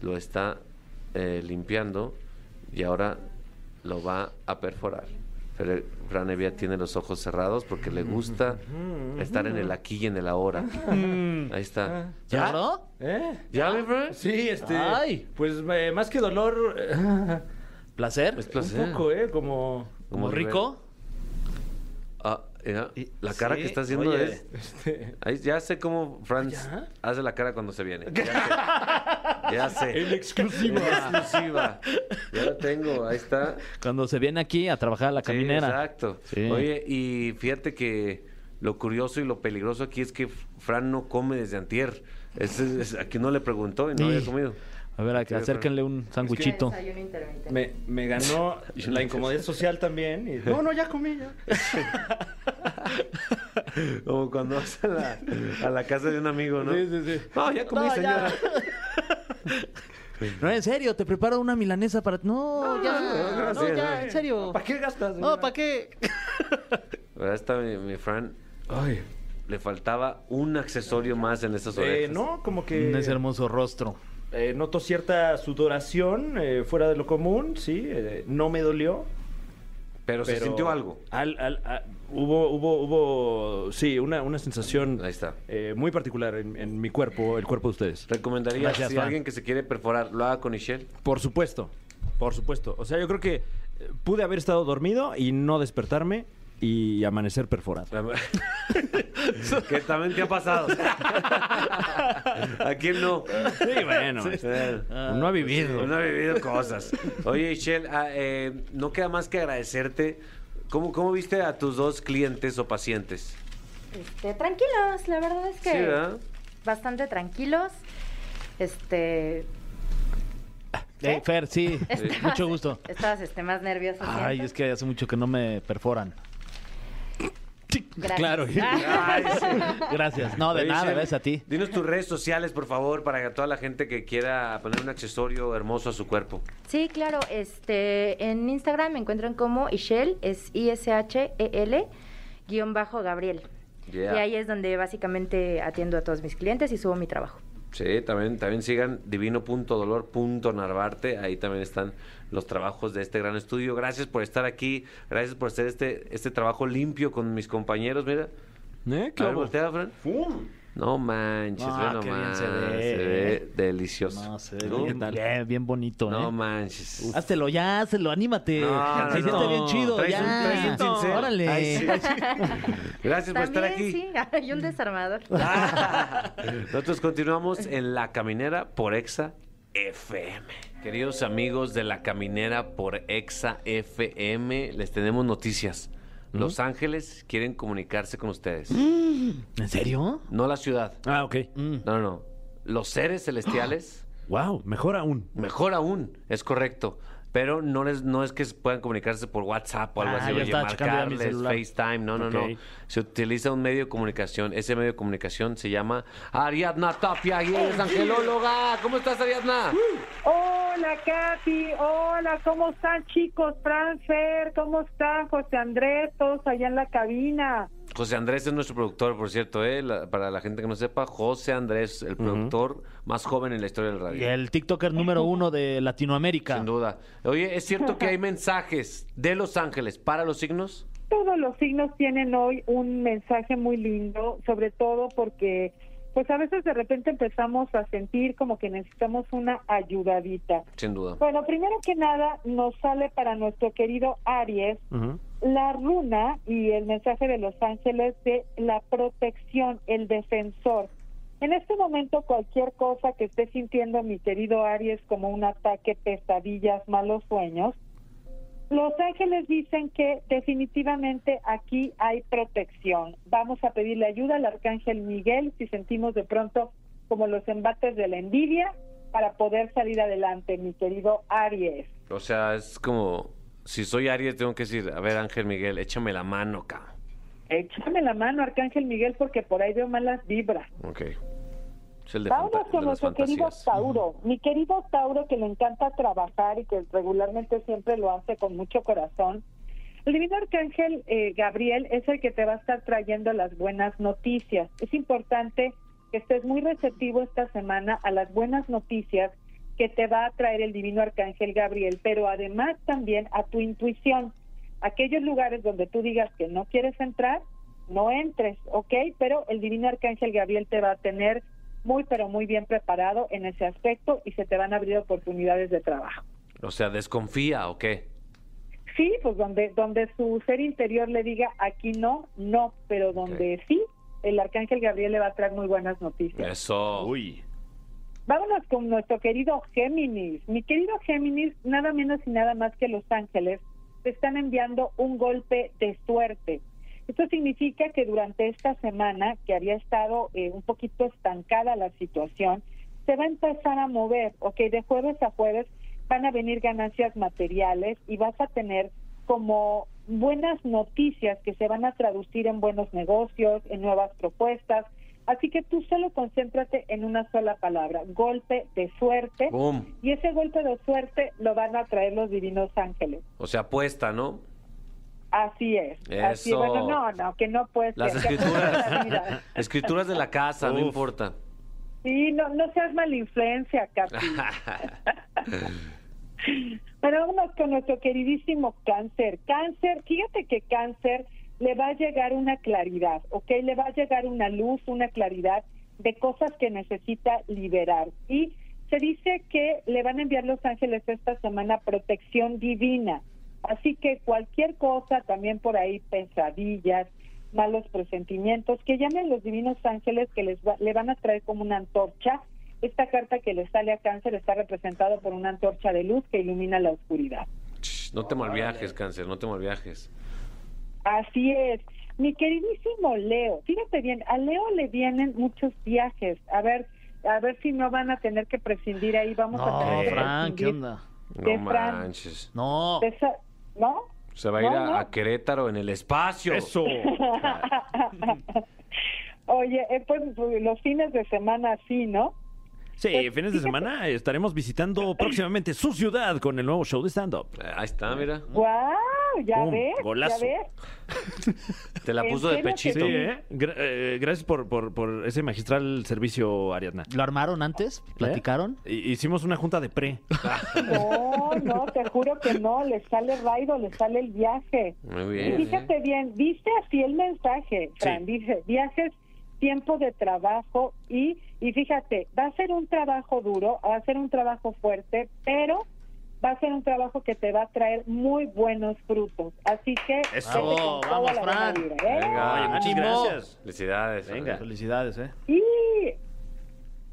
B: lo está eh, limpiando y ahora lo va a perforar. Pero Fran Evia tiene los ojos cerrados porque le gusta
D: Mm.
B: estar en el aquí y en el ahora. Ahí está.
D: ¿Ya?
B: Ah.
D: ¿Cerró?
C: ¿Eh?
B: ¿Ya, mi Fran?
C: Sí, este.
D: Ay.
C: Pues eh, más que dolor. eh,
D: ¿Placer?
B: Es placer.
E: eh,
C: Un poco, ¿eh? Como.
D: ¿Como
B: nivel-
D: rico?
B: Ah, Mira,
D: Y-
B: la cara
D: sí,
B: que está haciendo
D: oye.
B: es.
E: este,
B: Ahí ya sé cómo Franz hace la cara cuando se viene. Ya sé.
C: En exclusiva.
B: En exclusiva. Ya lo tengo, ahí está.
D: Cuando se viene aquí a trabajar a la
B: Sí,
D: caminera.
B: exacto.
D: Sí.
B: Oye, y fíjate que lo curioso y lo peligroso aquí es que Fran no come desde antier. Es- es- aquí no le preguntó y no
D: Sí.
B: había comido.
D: A ver, ac-
B: Sí,
D: acérquenle un sanguchito.
H: Desayuno intermitente.
E: Me, me ganó la incomodidad social también. y- No, no, ya comí. ya.
B: Como cuando vas a la, a la casa de un amigo, ¿no?
E: Sí, sí, sí.
B: No, ya comí,
D: No, ya.
B: señora.
D: No, en serio, te preparo una milanesa para... No, ya,
B: no,
D: no,
B: gracias.
D: ya, en serio.
E: ¿Para qué gastas?
D: No, ¿para qué?
B: ¿Verdad? Está mi, mi Fran.
E: Ay.
B: Le faltaba un accesorio más en esas orejas.
E: Eh, no, como que
D: Ese hermoso rostro.
E: eh, noto cierta sudoración eh, fuera de lo común, sí, eh, no me dolió.
B: Pero, se
E: pero
B: sintió algo.
E: al- al- a- hubo, hubo, hubo, sí, una, una sensación
B: Ahí está.
E: eh, muy particular en, en mi cuerpo, el cuerpo de ustedes.
B: Recomendaría
D: Gracias,
B: si
D: Fran.
B: alguien que se quiere perforar lo haga con Michelle.
E: Por supuesto, por supuesto. O sea, yo creo que eh, pude haber estado dormido y no despertarme y amanecer perforado.
B: que también te ha pasado. ¿A quién no?
E: Sí, bueno.
B: Eh,
D: Ah,
E: Uno ha
D: pues
E: vivido.
D: ¿Eh?
B: Uno ha vivido cosas. Oye, Michelle, ah, eh, no queda más que agradecerte. ¿Cómo, ¿Cómo viste a tus dos clientes o pacientes?
H: Este, tranquilos, la verdad es que
B: Sí, ¿verdad?
H: bastante tranquilos. Este,
D: Eh, Fer, sí,
H: estabas-
D: mucho gusto.
H: Estabas este, más nervioso.
D: Ay,
H: siento.
D: es que hace mucho que no me perforan.
H: Gracias.
D: Claro.
H: Ah,
D: Gracias. No, de
B: Oye,
D: nada,
B: Michelle,
D: gracias a ti.
B: Dinos tus redes sociales, por favor, para que toda la gente que quiera poner un accesorio hermoso a su cuerpo.
H: Sí, claro. Este, en Instagram me encuentran como Ishel, es I-S-H-E-L, E guión bajo Gabriel.
B: Yeah.
H: Y ahí es donde básicamente atiendo a todos mis clientes y subo mi trabajo.
B: Sí, también, también sigan divino.dolor.narvarte. Ahí también están los trabajos de este gran estudio. Gracias por estar aquí. Gracias por hacer este, este trabajo limpio con mis compañeros. Mira,
E: ¿Eh?
B: a ver,
E: Claro.
B: voltea, Fran. No manches,
D: Ah,
B: ve
D: qué bien
B: nomás,
D: se ve.
B: ve delicioso.
D: No, se ve
B: ¿No?
D: bien, bien, bien bonito,
B: No
D: ¿eh?
B: manches. Ah,
D: Hazlo ya, hazlo, anímate.
B: No,
D: se
B: no,
D: siente
B: no.
D: bien chido,
B: Traes
D: ya.
B: un- traes un cincel.
D: Órale.
B: Ay, sí. Gracias por estar aquí. Ah.
H: sí, y un desarmador.
B: Nosotros continuamos en La Caminera por Exa FM. Queridos amigos de La Caminera por Exa FM, les tenemos noticias. Los Ángeles quieren comunicarse con ustedes.
D: ¿En serio?
B: No la ciudad.
E: Ah, ok.
D: Mm.
B: No, no, no. Los seres celestiales,
E: Wow, mejor aún.
B: mejor aún, es correcto. Pero no, les, no es que puedan comunicarse por WhatsApp o algo
D: Ah,
B: así.
D: yo
B: Oye,
D: estaba checando ya mi
B: marcarles,
D: celular.
B: FaceTime. No, no,
E: Ok.
B: no. Se utiliza un medio de comunicación. Ese medio de comunicación se llama Ariadna Tapia. Y es angelóloga. ¿Cómo estás, Ariadna?
I: Hola, Katy. Hola, ¿cómo están, chicos? Franfer, ¿cómo están? José Andrés, todos allá en la cabina.
B: José Andrés es nuestro productor, por cierto. ¿eh? La- para la gente que no sepa, José Andrés, el productor más joven en la historia del radio.
D: Y el TikToker número uno de Latinoamérica.
B: Sin duda. Oye, ¿es cierto que hay mensajes de Los Ángeles para los signos?
I: Todos los signos tienen hoy un mensaje muy lindo, sobre todo porque, pues a veces de repente empezamos a sentir como que necesitamos una ayudadita.
B: Sin duda.
I: Bueno, primero que nada, nos sale para nuestro querido Aries la runa y el mensaje de los ángeles de la protección, el defensor. En este momento cualquier cosa que esté sintiendo mi querido Aries como un ataque, pesadillas, malos sueños, los ángeles dicen que definitivamente aquí hay protección. Vamos a pedirle ayuda al arcángel Miguel si sentimos de pronto como los embates de la envidia para poder salir adelante, mi querido Aries.
B: O sea, es como, si soy Aries, tengo que decir, a ver, Ángel Miguel, échame la mano, acá.
I: Échame la mano, Arcángel Miguel, porque por ahí veo malas vibras.
B: Ok. Es el de,
I: Vamos
B: fanta- de
I: con
B: las
I: nuestro querido
B: fantasías.
I: Tauro. Mi querido Tauro, que le encanta trabajar y que regularmente siempre lo hace con mucho corazón. El divino arcángel eh, Gabriel es el que te va a estar trayendo las buenas noticias. Es importante que estés muy receptivo esta semana a las buenas noticias que te va a traer el divino arcángel Gabriel, pero además también a tu intuición. Aquellos lugares donde tú digas que no quieres entrar, no entres, ¿ok? Pero el divino arcángel Gabriel te va a tener muy, pero muy bien preparado en ese aspecto y se te van a abrir oportunidades de trabajo.
B: O sea, ¿desconfía o qué?
I: sí, pues donde, donde su ser interior le diga aquí no, no, pero donde sí, el arcángel Gabriel le va a traer muy buenas noticias.
B: Eso.
E: Uy.
I: Vámonos con nuestro querido Géminis. Mi querido Géminis, nada menos y nada más que Los Ángeles, te están enviando un golpe de suerte. Esto significa que durante esta semana, que había estado eh, un poquito estancada la situación, se va a empezar a mover, ¿ok? De jueves a jueves van a venir ganancias materiales y vas a tener como buenas noticias que se van a traducir en buenos negocios, en nuevas propuestas. Así que tú solo concéntrate en una sola palabra, golpe de suerte.
B: Boom.
I: Y ese golpe de suerte lo van a traer los divinos ángeles.
B: O sea, apuesta, ¿no?
I: Así es. Así es.
B: Eso.
I: Bueno, no, no, que no puede
B: Las
I: ser, que así es la
B: escrituras.
I: vida.
B: escrituras de la casa, no
E: Uf.
B: importa.
I: Sí, no, no seas mala influencia, Capi. Pero vámonos con nuestro queridísimo cáncer. Cáncer, fíjate que cáncer le va a llegar una claridad, ¿ok? Le va a llegar una luz, una claridad de cosas que necesita liberar. Y se dice que le van a enviar los ángeles esta semana protección divina. Así que cualquier cosa, también por ahí pesadillas, malos presentimientos, que llamen los divinos ángeles que les va- le van a traer como una antorcha. Esta carta que le sale a cáncer está representada por una antorcha de luz que ilumina la oscuridad.
B: Ch, no te malviajes, cáncer, no te malviajes.
I: Así es. Mi queridísimo Leo, fíjate bien, a Leo le vienen muchos viajes. A ver, a ver si no van a tener que prescindir ahí. Vamos a
D: No,
I: tener que
D: Fran, ¿qué
I: prescindir
D: onda?
B: No
I: De Fran.
B: manches.
D: No.
I: de esa- ¿No?
B: Se va a ir
I: No,
B: a,
I: no.
B: a Querétaro en el espacio.
E: Eso.
I: Oye, eh, pues los fines de semana sí, ¿no?
E: Sí, fines de semana estaremos visitando próximamente su ciudad con el nuevo show de stand-up.
B: Eh, Ahí está, mira.
I: ¡Guau! ¿Ya
E: Pum,
I: ves?
E: golazo.
I: ¿Ya ves?
B: Te la
I: ¿En
B: puso de
I: serio que
B: pechito.
I: sí?
E: Gra- eh, gracias por, por- por ese magistral servicio, Ariadna.
D: ¿Lo armaron antes?
B: ¿Eh?
D: ¿Platicaron?
E: Hi- Hicimos una junta de pre.
I: No, no, te juro que no, le sale raido, le sale el viaje.
D: Ah.
B: Muy
I: Y
B: bien.
I: fíjate ¿eh? bien, viste así el mensaje, Fran, dice, viajes, tiempo de trabajo y, y fíjate, va a ser un trabajo duro, va a ser un trabajo fuerte, pero va a ser un trabajo que te va a traer muy buenos frutos. Así que
E: Eso,
I: vete con toda
D: vamos,
I: la buena
D: Fran.
I: vibra, ¿eh?
B: Venga.
E: Oye, Ah, muchas
D: ánimo.
E: gracias.
B: Felicidades.
E: Venga.
B: Fran.
D: Felicidades, ¿eh?
I: Y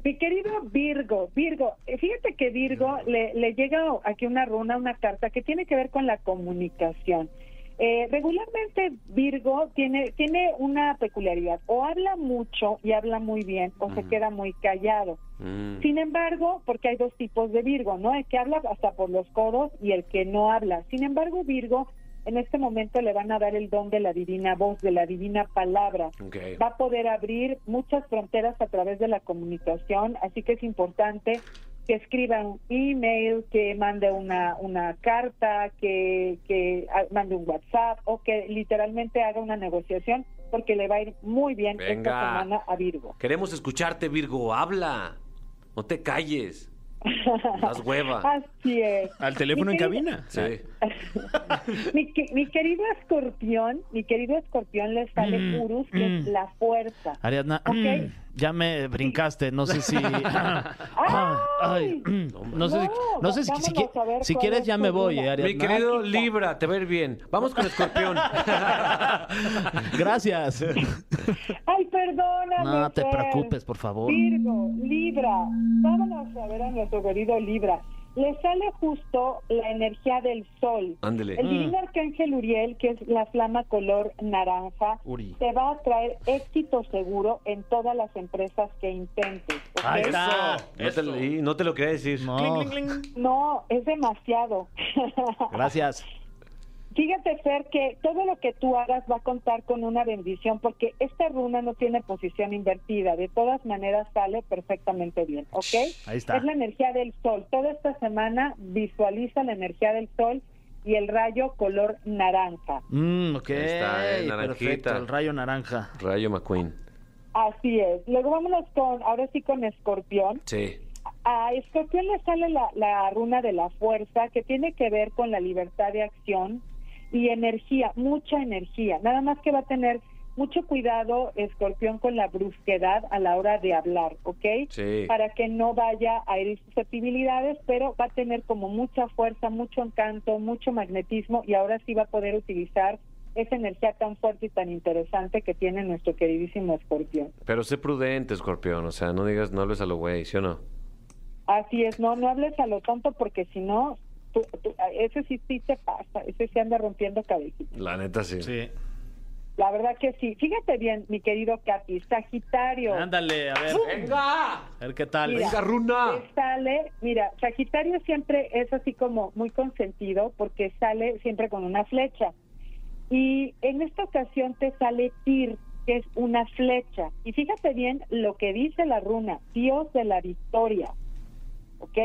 I: mi querido Virgo, Virgo, eh, fíjate que Virgo le, le llega aquí una runa, una carta que tiene que ver con la comunicación. Eh, regularmente Virgo tiene, tiene una peculiaridad, o habla mucho y habla muy bien, o se queda muy callado.
B: Mm.
I: Sin embargo, porque hay dos tipos de Virgo, ¿no? El que habla hasta por los codos y el que no habla. Sin embargo, Virgo, en este momento le van a dar el don de la divina voz, de la divina palabra
B: Ok.
I: va a poder abrir muchas fronteras a través de la comunicación, así que es importante que escriba un email, que mande una, una carta, que, que ah, mande un WhatsApp o que literalmente haga una negociación porque le va a ir muy bien
B: Venga.
I: esta semana a Virgo.
B: Queremos escucharte, Virgo. Habla. No te calles. Las hueva.
I: Así es.
E: Al teléfono
I: Mi
E: en
I: querida-
E: cabina.
B: Sí.
I: Mi, que- mi querido escorpión, mi querido escorpión le sale
E: Mm,
I: Urus, que es la fuerza.
D: Ariadna,
I: Ok.
D: mm, ya me brincaste, no sé si... Ay, mm, no sé si... No sé si,
I: Vámonos
D: si, qui-
I: a ver
D: si
I: cuál
D: quieres
I: es
D: ya
I: tu
D: me voy,
I: duda.
D: eh, Ariadna.
B: Mi querido Libra, te va a ir bien. Vamos con Escorpión.
D: Gracias.
I: Ay, perdóname.
D: No te
I: Fer.
D: preocupes, por favor.
I: Virgo, Libra. Vámonos a ver a nuestro querido Libra. Le sale justo la energía del sol.
B: Ándele.
D: Mm.
I: El divino arcángel Uriel, que es la flama color naranja,
D: Uri.
I: te va a traer éxito seguro en todas las empresas que intentes. ¿ok?
D: Ahí está.
B: No te, y no te lo quería decir.
D: No.
I: No, es demasiado.
D: Gracias.
I: Fíjate, Fer, que todo lo que tú hagas va a contar con una bendición, porque esta runa no tiene posición invertida. De todas maneras, sale perfectamente bien, ¿ok?
D: Ahí está.
I: Es la energía del sol. Toda esta semana visualiza la energía del sol y el rayo color naranja.
D: Mm, ok.
B: Ahí está, eh,
D: Perfecto,
B: naranjita.
D: el rayo naranja.
B: Rayo McQueen.
I: Así es. Luego vámonos con, ahora sí, con escorpión.
B: Sí.
I: A Escorpión le sale la, la runa de la fuerza que tiene que ver con la libertad de acción y energía, mucha energía. Nada más que va a tener Mucho cuidado, escorpión, con la brusquedad a la hora de hablar, ¿ok?
B: Sí.
I: Para que no vaya a herir susceptibilidades, pero va a tener como mucha fuerza, mucho encanto, mucho magnetismo y ahora sí va a poder utilizar esa energía tan fuerte y tan interesante que tiene nuestro queridísimo escorpión.
B: Pero sé prudente, escorpión. O sea, no digas, no hables a lo güey, ¿sí o no?
I: Así es, no, no hables a lo tonto porque si no, tú- tú- ese sí, sí se pasa, ese sí anda rompiendo cabecitas.
B: La neta sí.
D: Sí.
I: La verdad que sí. Fíjate bien, mi querido Capi, Sagitario.
D: Ándale, a ver. A ver qué tal.
I: Mira.
B: runa!
I: que sale, mira, Sagitario siempre es así como muy consentido porque sale siempre con una flecha. Y en esta ocasión te sale Tir, que es una flecha. Y fíjate bien lo que dice la runa, Dios de la victoria. ¿Ok?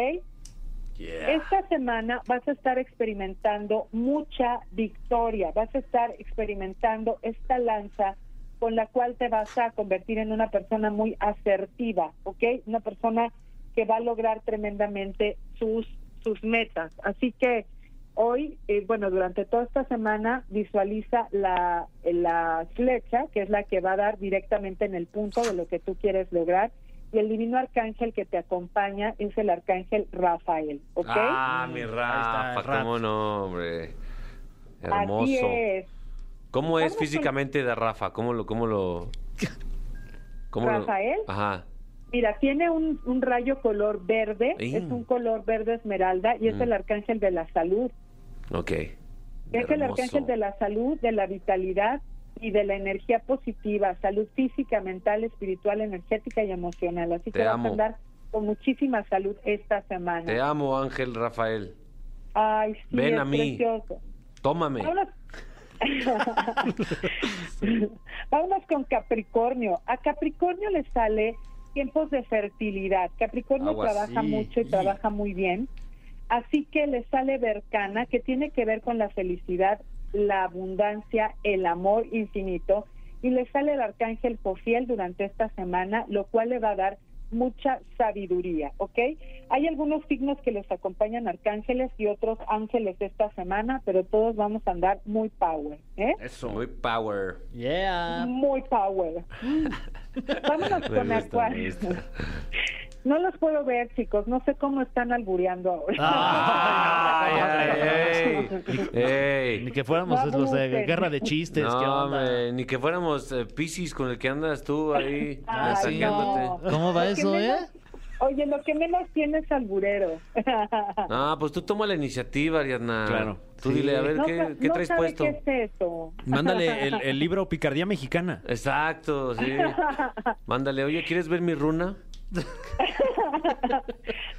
I: Esta semana vas a estar experimentando mucha victoria, vas a estar experimentando esta lanza con la cual te vas a convertir en una persona muy asertiva, ¿ok? Una persona que va a lograr tremendamente sus, sus metas. Así que hoy, eh, bueno, durante toda esta semana visualiza la, la flecha, que es la que va a dar directamente en el punto de lo que tú quieres lograr. Y el divino arcángel que te acompaña es el arcángel Rafael, ¿ok?
B: Ah, mi Rafa,
D: Ahí está,
B: cómo
D: Rafa.
B: no, hombre.
I: Así
B: Hermoso.
I: es.
B: ¿Cómo
I: Vamos
B: es
I: con-
B: físicamente de Rafa? ¿Cómo lo, cómo lo? cómo lo-
I: ¿Rafael?
B: Ajá.
I: Mira, tiene un, un rayo color verde,
B: Mm.
I: es un color verde esmeralda y es
B: Mm.
I: el arcángel de la salud.
B: Ok.
I: Es el
B: Hermoso.
I: arcángel de la salud, de la vitalidad y de la energía positiva, salud física, mental, espiritual, energética y emocional. Así
B: Te
I: que vas
B: amo.
I: a andar con muchísima salud esta semana.
B: Te amo, Ángel Rafael.
I: Ay, sí,
B: Ven
I: es
B: a mí.
I: precioso.
B: Tómame.
I: Vámonos. Vámonos con Capricornio. A Capricornio le sale tiempos de fertilidad. Capricornio
B: Aguas,
I: trabaja
B: sí.
I: mucho y
B: Y-
I: trabaja muy bien. Así que le sale Bercana, que tiene que ver con la felicidad, la abundancia, el amor infinito. Y le sale el arcángel Jofiel durante esta semana, lo cual le va a dar mucha sabiduría, ¿ok? Hay algunos signos que les acompañan arcángeles y otros ángeles esta semana, pero todos vamos a andar muy power, ¿eh?
B: Eso. Muy power.
D: Yeah.
I: Muy power. Vámonos
B: Ah. Me
I: con
B: gusta, me
I: Acuario.
B: gusta.
I: No los puedo ver, chicos. No sé cómo están albureando ahora.
D: Ay,
B: Ay, ay, ey.
D: Ni
B: Ey.
D: que fuéramos
I: No
D: los de
I: abusen.
D: guerra de chistes. ¿qué
B: No,
D: onda?
B: hombre, ni que fuéramos eh, Piscis con el que andas tú ahí.
I: Ay,
B: mensajeándote.
I: no.
D: ¿Cómo va
I: Lo que
D: eso,
I: menos-
D: eh?
I: Oye, lo que menos tiene es alburero.
B: Ah, pues tú toma la iniciativa, Ariadna.
E: Claro.
B: Tú
E: Sí.
B: dile, a ver,
I: no,
B: ¿qué,
I: sa-
B: qué
I: no
B: traes
I: sabe
B: puesto?
I: qué es eso.
E: Mándale el, el libro Picardía Mexicana.
B: Exacto, sí. Mándale, oye, ¿quieres ver mi runa?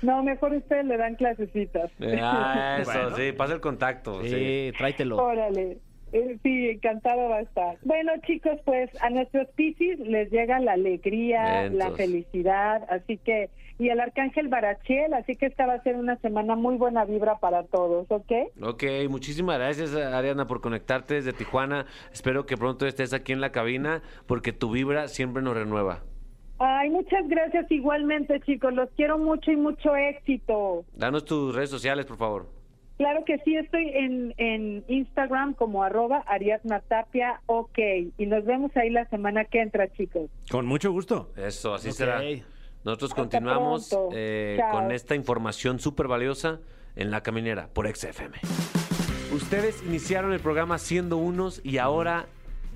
I: No, mejor ustedes le dan clasecitas.
B: Eh, Ah, eso, sí, pasa el contacto. Sí.
E: Eh,
D: Sí, tráetelo.
I: Órale. Eh, Sí, encantado va a estar. Bueno, chicos, pues a nuestros piscis les llega la alegría,
B: Vientos.
I: la felicidad, así que y el arcángel Barachiel, así que esta va a ser una semana muy buena vibra para todos, ¿ok?
B: Ok, muchísimas gracias, Ariana, por conectarte desde Tijuana. Espero que pronto estés aquí en la cabina, porque tu vibra siempre nos renueva.
I: Ay, muchas gracias igualmente, chicos. Los quiero mucho y mucho éxito.
B: Danos tus redes sociales, por favor.
I: Claro que sí, estoy en, en Instagram como arroba Ariadna Tapia, ok. Y nos vemos ahí la semana que entra, chicos.
E: Con mucho gusto.
B: Eso, así
D: Ok.
B: será. Nosotros
I: Hasta
B: continuamos
I: pronto.
B: eh,
I: Chao.
B: con esta información súper valiosa en La Caminera por XFM. Ustedes iniciaron el programa siendo unos y ahora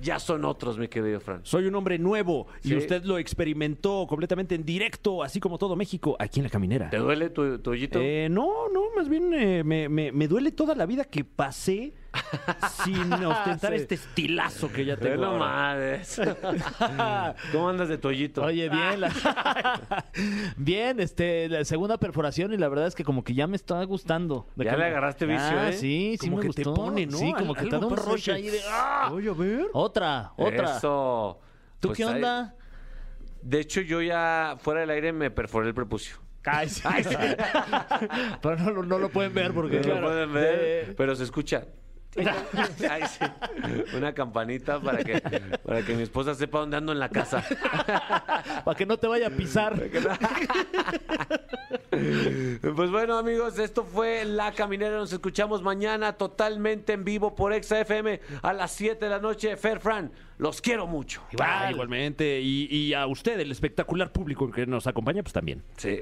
B: ya son otros, mi querido Fran.
E: Soy un hombre nuevo
B: Sí.
E: y usted lo experimentó completamente en directo, así como todo México, aquí en la caminera.
B: ¿Te duele tu, tu hoyito?
E: Eh, no, no, más bien eh, me, me- me duele toda la vida que pasé sin ostentar
D: Sí.
E: este estilazo que ya
B: Ve
E: tengo. ahora.
B: nomás. ¿Cómo andas de tu hoyito?
D: Oye, bien, la- bien, este, la segunda perforación y la verdad es que como que ya me está gustando. De
B: Ya
D: que-
B: le agarraste vicio,
D: Ah,
B: ¿eh?
D: Sí, sí
E: como
D: me
E: que
D: gustó.
E: te pone, ¿no?
D: Sí, como
E: Al-
D: que te da
E: algo
D: un
E: perro
D: rush
E: que-
D: ahí de, ¡ah!
E: Oye, a ver.
D: Otra, otra.
B: Eso.
D: ¿Tú
B: Pues
D: qué
B: ahí-
D: onda?
B: De hecho, yo ya fuera del aire me perforé el prepucio.
D: Ay, sí. Pero no, lo- no lo pueden ver porque...
B: No
D: claro,
B: lo pueden ver,
D: eh,
B: pero se escucha. Ay, sí. Una campanita para que, para que mi esposa sepa dónde ando en la casa.
D: para que no te vaya a pisar.
B: Pues bueno, amigos, esto fue La Caminera. Nos escuchamos mañana totalmente en vivo por Exa FM a las 7 de la noche. Fer Fran, los quiero mucho.
C: Ah, igualmente. Y, y a usted, el espectacular público que nos acompaña, pues también.
B: Sí.